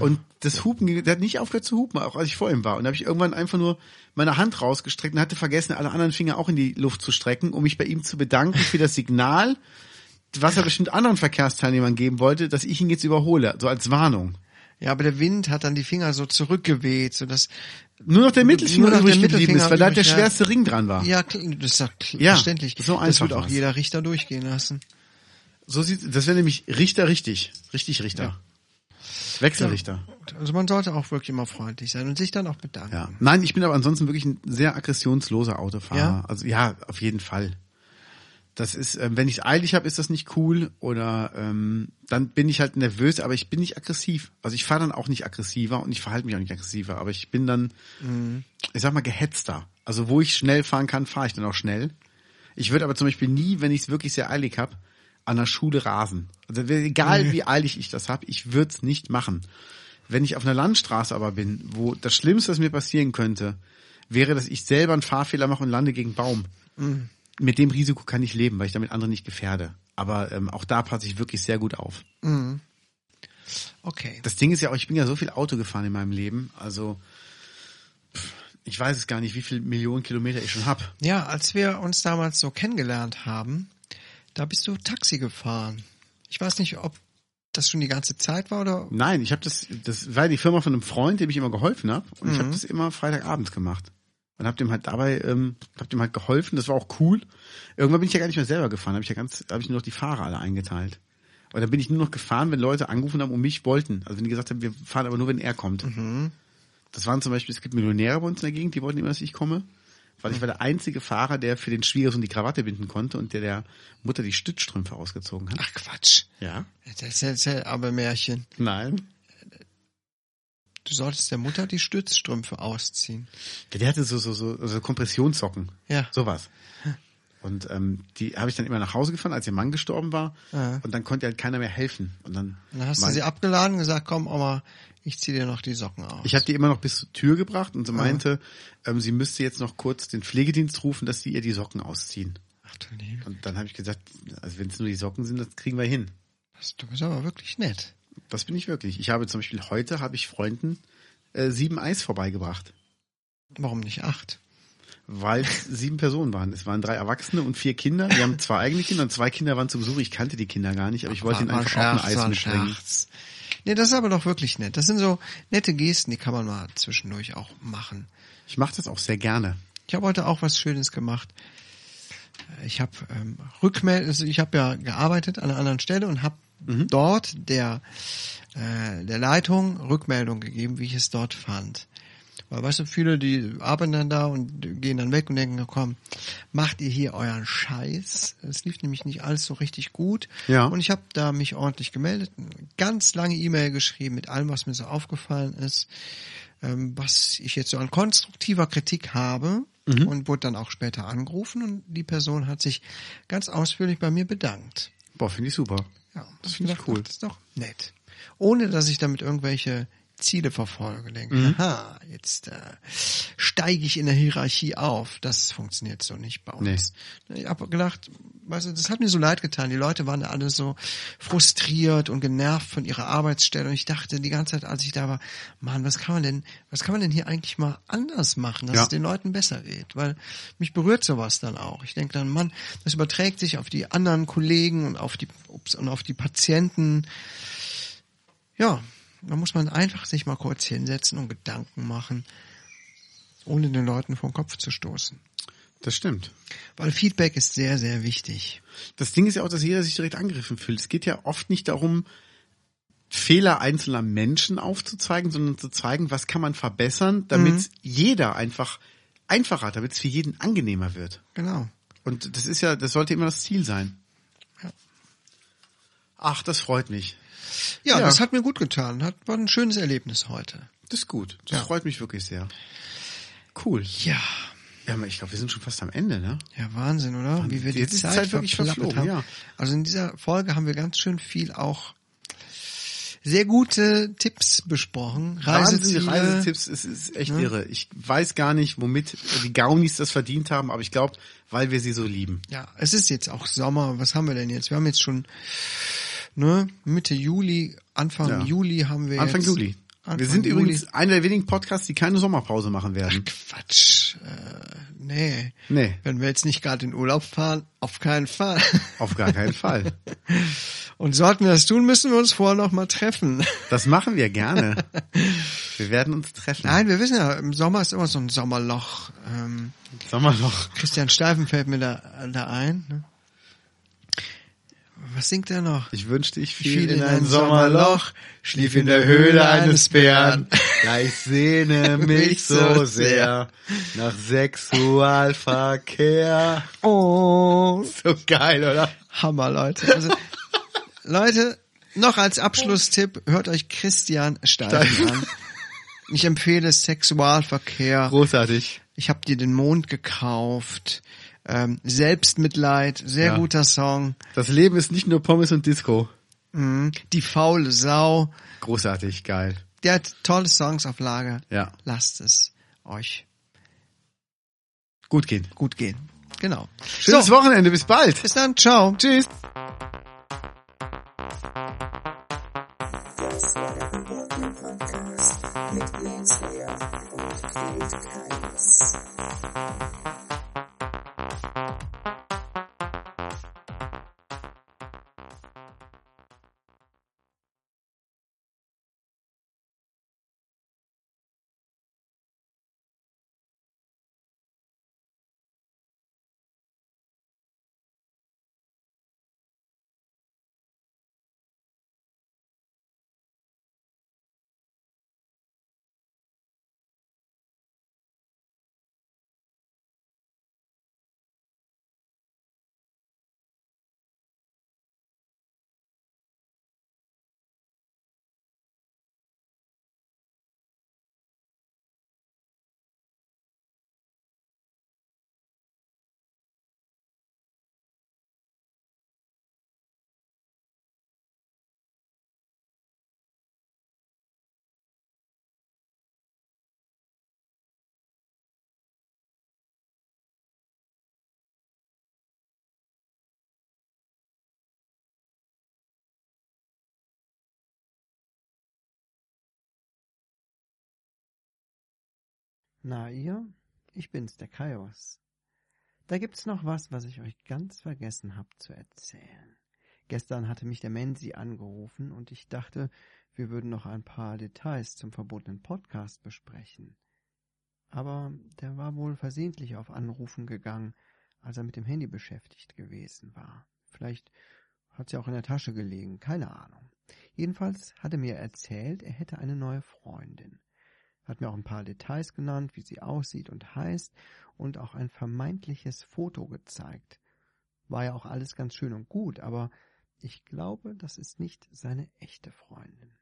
Speaker 2: Und das Hupen, der hat nicht aufgehört zu hupen, auch als ich vor ihm war. Und da habe ich irgendwann einfach nur meine Hand rausgestreckt und hatte vergessen, alle anderen Finger auch in die Luft zu strecken, um mich bei ihm zu bedanken für das Signal, was er bestimmt anderen Verkehrsteilnehmern geben wollte, dass ich ihn jetzt überhole, so als Warnung.
Speaker 1: ja, aber der Wind hat dann die Finger so zurückgeweht, sodass
Speaker 2: Nur noch der Mittelfinger
Speaker 1: Nur noch der
Speaker 2: übrig geblieben
Speaker 1: Mittelfinger
Speaker 2: ist, weil da halt
Speaker 1: übrig,
Speaker 2: der
Speaker 1: ja.
Speaker 2: schwerste Ring dran war.
Speaker 1: Ja, kl- das ist doch kl-
Speaker 2: Ja,
Speaker 1: verständlich.
Speaker 2: so
Speaker 1: das
Speaker 2: einfach
Speaker 1: wird auch
Speaker 2: war's.
Speaker 1: jeder Richter durchgehen lassen.
Speaker 2: So sieht, das wäre nämlich Richter richtig. Richtig Richter. Wechselrichter.
Speaker 1: Also man sollte auch wirklich immer freundlich sein und sich dann auch bedanken.
Speaker 2: Ja. Nein, ich bin aber ansonsten wirklich ein sehr aggressionsloser Autofahrer.
Speaker 1: Ja?
Speaker 2: Also ja, auf jeden Fall. Das ist, ähm, wenn ich eilig habe, ist das nicht cool oder ähm, dann bin ich halt nervös, aber ich bin nicht aggressiv. Also ich fahre dann auch nicht aggressiver und ich verhalte mich auch nicht aggressiver, aber ich bin dann, ich sag mal, gehetzter. Also wo ich schnell fahren kann, fahre ich dann auch schnell. Ich würde aber zum Beispiel nie, wenn ich es wirklich sehr eilig habe, an der Schule rasen. Also egal wie eilig ich das habe, ich würde es nicht machen. Wenn ich auf einer Landstraße aber bin, wo das Schlimmste, was mir passieren könnte, wäre, dass ich selber einen Fahrfehler mache und lande gegen einen Baum. Mit dem Risiko kann ich leben, weil ich damit andere nicht gefährde. Aber ähm, auch da passe ich wirklich sehr gut auf.
Speaker 1: Okay.
Speaker 2: Das Ding ist ja auch, ich bin ja so viel Auto gefahren in meinem Leben. Also pff, ich weiß es gar nicht, wie viel Millionen Kilometer ich schon hab.
Speaker 1: Ja, als wir uns damals so kennengelernt haben, da bist du Taxi gefahren. Ich weiß nicht, ob das schon die ganze Zeit war oder
Speaker 2: Nein, ich habe das, das war die Firma von einem Freund, dem ich immer geholfen habe. Und ich habe das immer Freitagabends gemacht. Und habe dem halt dabei, ähm, habe dem halt geholfen. Das war auch cool. Irgendwann bin ich ja gar nicht mehr selber gefahren. Habe ich ja ganz, habe ich nur noch die Fahrer alle eingeteilt. Und dann bin ich nur noch gefahren, wenn Leute angerufen haben und mich wollten. Also wenn die gesagt haben, wir fahren aber nur, wenn er kommt. Das waren zum Beispiel, es gibt Millionäre bei uns in der Gegend, die wollten immer, dass ich komme. Weil ich war der einzige Fahrer, der für den Schwiegersohn die Krawatte binden konnte und der der Mutter die Stützstrümpfe ausgezogen hat.
Speaker 1: Ach Quatsch.
Speaker 2: Ja.
Speaker 1: Das ist ja aber Märchen.
Speaker 2: Nein.
Speaker 1: Du du solltest der Mutter die Stützstrümpfe ausziehen.
Speaker 2: Der hatte so, so, so, so Kompressionssocken.
Speaker 1: Ja.
Speaker 2: Sowas. Und ähm, die habe ich dann immer nach Hause gefahren, als ihr Mann gestorben war.
Speaker 1: Ja.
Speaker 2: Und dann konnte halt keiner mehr helfen. Und dann,
Speaker 1: Und dann hast
Speaker 2: mein-
Speaker 1: du sie abgeladen und gesagt, komm Oma, ich zieh dir noch die Socken aus.
Speaker 2: Ich habe die immer noch bis zur Tür gebracht und sie meinte, ähm, sie müsste jetzt noch kurz den Pflegedienst rufen, dass die ihr die Socken ausziehen.
Speaker 1: Ach du Liebe,
Speaker 2: Und dann habe ich gesagt, also wenn es nur die Socken sind, das kriegen wir hin.
Speaker 1: das- du bist aber wirklich nett.
Speaker 2: Das bin ich wirklich. Ich habe zum Beispiel heute habe ich Freunden äh, sieben Eis vorbeigebracht,
Speaker 1: Warum nicht acht?
Speaker 2: weil es sieben Personen waren. Es waren drei Erwachsene und vier Kinder. Wir haben zwei eigene Kinder und zwei Kinder waren zu Besuch. Ich kannte die Kinder gar nicht, aber ich wollte ihnen
Speaker 1: War- war
Speaker 2: einfach
Speaker 1: ein
Speaker 2: auch
Speaker 1: Scherz,
Speaker 2: ein
Speaker 1: war
Speaker 2: Eis
Speaker 1: ein
Speaker 2: mitbringen.
Speaker 1: Scherz. Nee, das ist aber doch wirklich nett. Das sind so nette Gesten, die kann man mal zwischendurch auch machen.
Speaker 2: Ich mache das auch sehr gerne.
Speaker 1: Ich habe heute auch was Schönes gemacht. Ich habe ähm, Rückmeld, also ich habe ja gearbeitet an einer anderen Stelle und habe
Speaker 2: Mhm.
Speaker 1: dort der äh, der Leitung Rückmeldung gegeben, wie ich es dort fand. Weil weißt du, viele, die arbeiten dann da und gehen dann weg und denken, na komm, macht ihr hier euren Scheiß? Es lief nämlich nicht alles so richtig gut.
Speaker 2: Ja.
Speaker 1: Und ich habe da mich ordentlich gemeldet, eine ganz lange E-Mail geschrieben mit allem, was mir so aufgefallen ist, ähm, was ich jetzt so an konstruktiver Kritik habe
Speaker 2: Mhm.
Speaker 1: und wurde dann auch später angerufen und die Person hat sich ganz ausführlich bei mir bedankt.
Speaker 2: Boah, finde ich super.
Speaker 1: Ja,
Speaker 2: das finde ich
Speaker 1: gedacht, ach,
Speaker 2: cool.
Speaker 1: Das ist doch nett. Ohne dass ich damit irgendwelche Ziele verfolge, denke,
Speaker 2: Mhm.
Speaker 1: aha, jetzt äh, steige ich in der Hierarchie auf. Das funktioniert so nicht bei uns. Ich habe gedacht, weißt du, das hat mir so leid getan. Die Leute waren da alle so frustriert und genervt von ihrer Arbeitsstelle. Und ich dachte die ganze Zeit, als ich da war, Mann, was kann man denn, was kann man denn hier eigentlich mal anders machen, dass
Speaker 2: Ja.
Speaker 1: es den Leuten besser geht? Weil mich berührt sowas dann auch. Ich denke dann, Mann, das überträgt sich auf die anderen Kollegen und auf die ups, und auf die Patienten. Ja, da muss man einfach sich mal kurz hinsetzen und Gedanken machen, ohne den Leuten vom Kopf zu stoßen.
Speaker 2: Das stimmt.
Speaker 1: Weil Feedback ist sehr, sehr wichtig.
Speaker 2: Das Ding ist ja auch, dass jeder sich direkt angegriffen fühlt. Es geht ja oft nicht darum, Fehler einzelner Menschen aufzuzeigen, sondern zu zeigen, was kann man verbessern, damit
Speaker 1: Mhm.
Speaker 2: jeder einfach einfacher, damit es für jeden angenehmer wird.
Speaker 1: Genau.
Speaker 2: Und das ist ja, das sollte immer das Ziel sein.
Speaker 1: Ja.
Speaker 2: Ach, das freut mich.
Speaker 1: Ja,
Speaker 2: Ja.
Speaker 1: das hat mir gut getan. Hat, war ein schönes Erlebnis heute.
Speaker 2: Das ist gut. Das
Speaker 1: Ja.
Speaker 2: freut mich wirklich sehr. Cool.
Speaker 1: Ja.
Speaker 2: Ja, aber ich glaube, wir sind schon fast am Ende, ne?
Speaker 1: Ja, Wahnsinn, oder? Wie wir die
Speaker 2: Jetzt ist die
Speaker 1: Zeit,
Speaker 2: Zeit wirklich
Speaker 1: verplappert
Speaker 2: verflogen,
Speaker 1: haben.
Speaker 2: ja.
Speaker 1: Also in dieser Folge haben wir ganz schön viel auch sehr gute Tipps besprochen. Reiseziele.
Speaker 2: Wahnsinnige Reisetipps, es ist echt irre. Ich weiß gar nicht, womit die Gaunis das verdient haben, aber ich glaube, weil wir sie so lieben.
Speaker 1: Ja, es ist jetzt auch Sommer. Was haben wir denn jetzt? Wir haben jetzt schon ne, Mitte Juli, Anfang
Speaker 2: Ja.
Speaker 1: Juli haben wir
Speaker 2: Anfang
Speaker 1: jetzt,
Speaker 2: Juli.
Speaker 1: Anfang
Speaker 2: wir sind
Speaker 1: Juli.
Speaker 2: übrigens einer der wenigen Podcasts, die keine Sommerpause machen werden.
Speaker 1: Quatsch. Äh, nee.
Speaker 2: Nee.
Speaker 1: Wenn wir jetzt nicht gerade in Urlaub fahren, auf keinen Fall.
Speaker 2: Auf gar keinen Fall.
Speaker 1: Und sollten wir das tun, müssen wir uns vorher noch mal treffen.
Speaker 2: Das machen wir gerne. Wir werden uns treffen.
Speaker 1: Nein, wir wissen ja, im Sommer ist immer so ein Sommerloch. Ähm,
Speaker 2: Sommerloch.
Speaker 1: Christian Steifen fällt mir da, da ein. Ne? Was singt er noch?
Speaker 2: Ich wünschte, ich
Speaker 1: Ich
Speaker 2: fiel in ein Sommerloch, schlief in der Höhle eines Bären. Ja, ich sehne mich so sehr nach Sexualverkehr.
Speaker 1: Oh,
Speaker 2: So geil, oder?
Speaker 1: Hammer, Leute. Also, Leute, noch als Abschlusstipp, hört euch Christian Steifen an. Ich empfehle Sexualverkehr.
Speaker 2: Großartig.
Speaker 1: Ich habe dir den Mond gekauft. Ähm, Selbstmitleid, sehr
Speaker 2: Ja.
Speaker 1: guter Song.
Speaker 2: Das Leben ist nicht nur Pommes und Disco.
Speaker 1: Mhm. Die faule Sau.
Speaker 2: Großartig, geil.
Speaker 1: Der hat tolle Songs auf Lager.
Speaker 2: Ja.
Speaker 1: Lasst es euch
Speaker 2: Gut gehen.
Speaker 1: gut gehen. Genau.
Speaker 2: Schönes Wochenende, bis bald.
Speaker 1: bis dann. Ciao.
Speaker 2: Tschüss.
Speaker 3: Das war der Important Podcast mit Jens Lehr und Fehlt keines.
Speaker 1: Na ihr? Ich bin's, der Kaios. Da gibt's noch was, was ich euch ganz vergessen hab zu erzählen. Gestern hatte mich der Menzi angerufen und ich dachte, wir würden noch ein paar Details zum verbotenen Podcast besprechen. Aber der war wohl versehentlich auf Anrufen gegangen, als er mit dem Handy beschäftigt gewesen war. Vielleicht hat sie auch in der Tasche gelegen, keine Ahnung. Jedenfalls hat er mir erzählt, er hätte eine neue Freundin. Hat mir auch ein paar Details genannt, wie sie aussieht und heißt und auch ein vermeintliches Foto gezeigt. War ja auch alles ganz schön und gut, aber ich glaube, das ist nicht seine echte Freundin.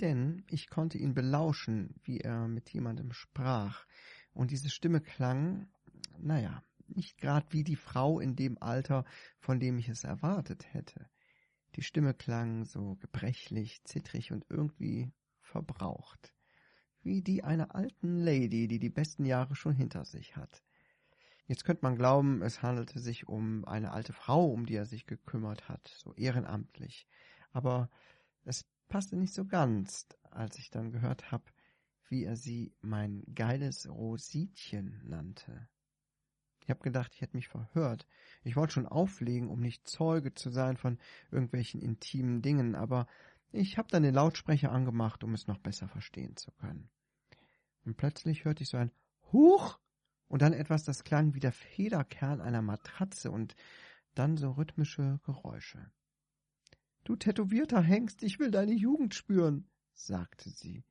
Speaker 1: Denn ich konnte ihn belauschen, wie er mit jemandem sprach, und diese Stimme klang, naja, nicht grad wie die Frau in dem Alter, von dem ich es erwartet hätte. Die Stimme klang so gebrechlich, zittrig und irgendwie verbraucht, wie die einer alten Lady, die die besten Jahre schon hinter sich hat. Jetzt könnte man glauben, es handelte sich um eine alte Frau, um die er sich gekümmert hat, so ehrenamtlich. Aber es passte nicht so ganz, als ich dann gehört hab, wie er sie mein geiles Rositchen nannte. Ich hab gedacht, ich hätte mich verhört. Ich wollte schon auflegen, um nicht Zeuge zu sein von irgendwelchen intimen Dingen, aber ich hab dann den Lautsprecher angemacht, um es noch besser verstehen zu können. Und plötzlich hörte ich so ein Huch und dann etwas, das klang wie der Federkern einer Matratze und dann so rhythmische Geräusche. Du tätowierter Hengst, ich will deine Jugend spüren, sagte sie.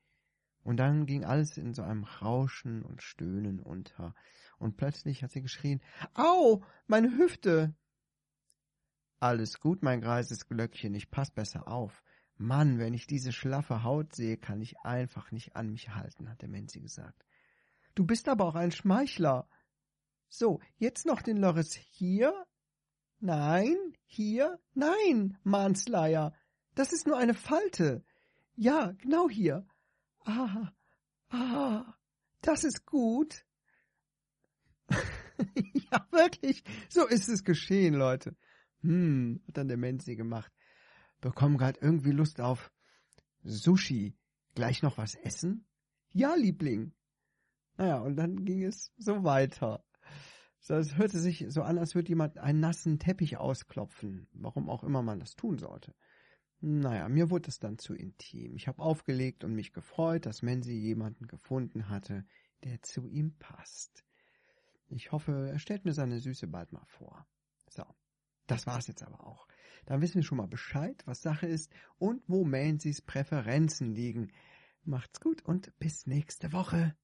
Speaker 1: Und dann ging alles in so einem Rauschen und Stöhnen unter. Und plötzlich hat sie geschrien, Au, meine Hüfte! Alles gut, mein greises Glöckchen, ich pass besser auf. Mann, wenn ich diese schlaffe Haut sehe, kann ich einfach nicht an mich halten, hat der Menzi gesagt. Du bist aber auch ein Schmeichler. So, jetzt noch den Loris hier? Nein, hier? Nein, Mannsleier. Das ist nur eine Falte. Ja, genau hier. Ah, ah, das ist gut. ja, wirklich. So ist es geschehen, Leute. Hm, hat dann der Menzi gemacht. Bekommen grad irgendwie Lust auf Sushi. Gleich noch was essen? Ja, Liebling. Naja, und dann ging es so weiter. So, es hörte sich so an, als würde jemand einen nassen Teppich ausklopfen. Warum auch immer man das tun sollte. Naja, mir wurde es dann zu intim. Ich habe aufgelegt und mich gefreut, dass Menzi jemanden gefunden hatte, der zu ihm passt. Ich hoffe, er stellt mir seine Süße bald mal vor. So, das war's jetzt aber auch. Dann wissen wir schon mal Bescheid, was Sache ist und wo Menzis Präferenzen liegen. Macht's gut und bis nächste Woche.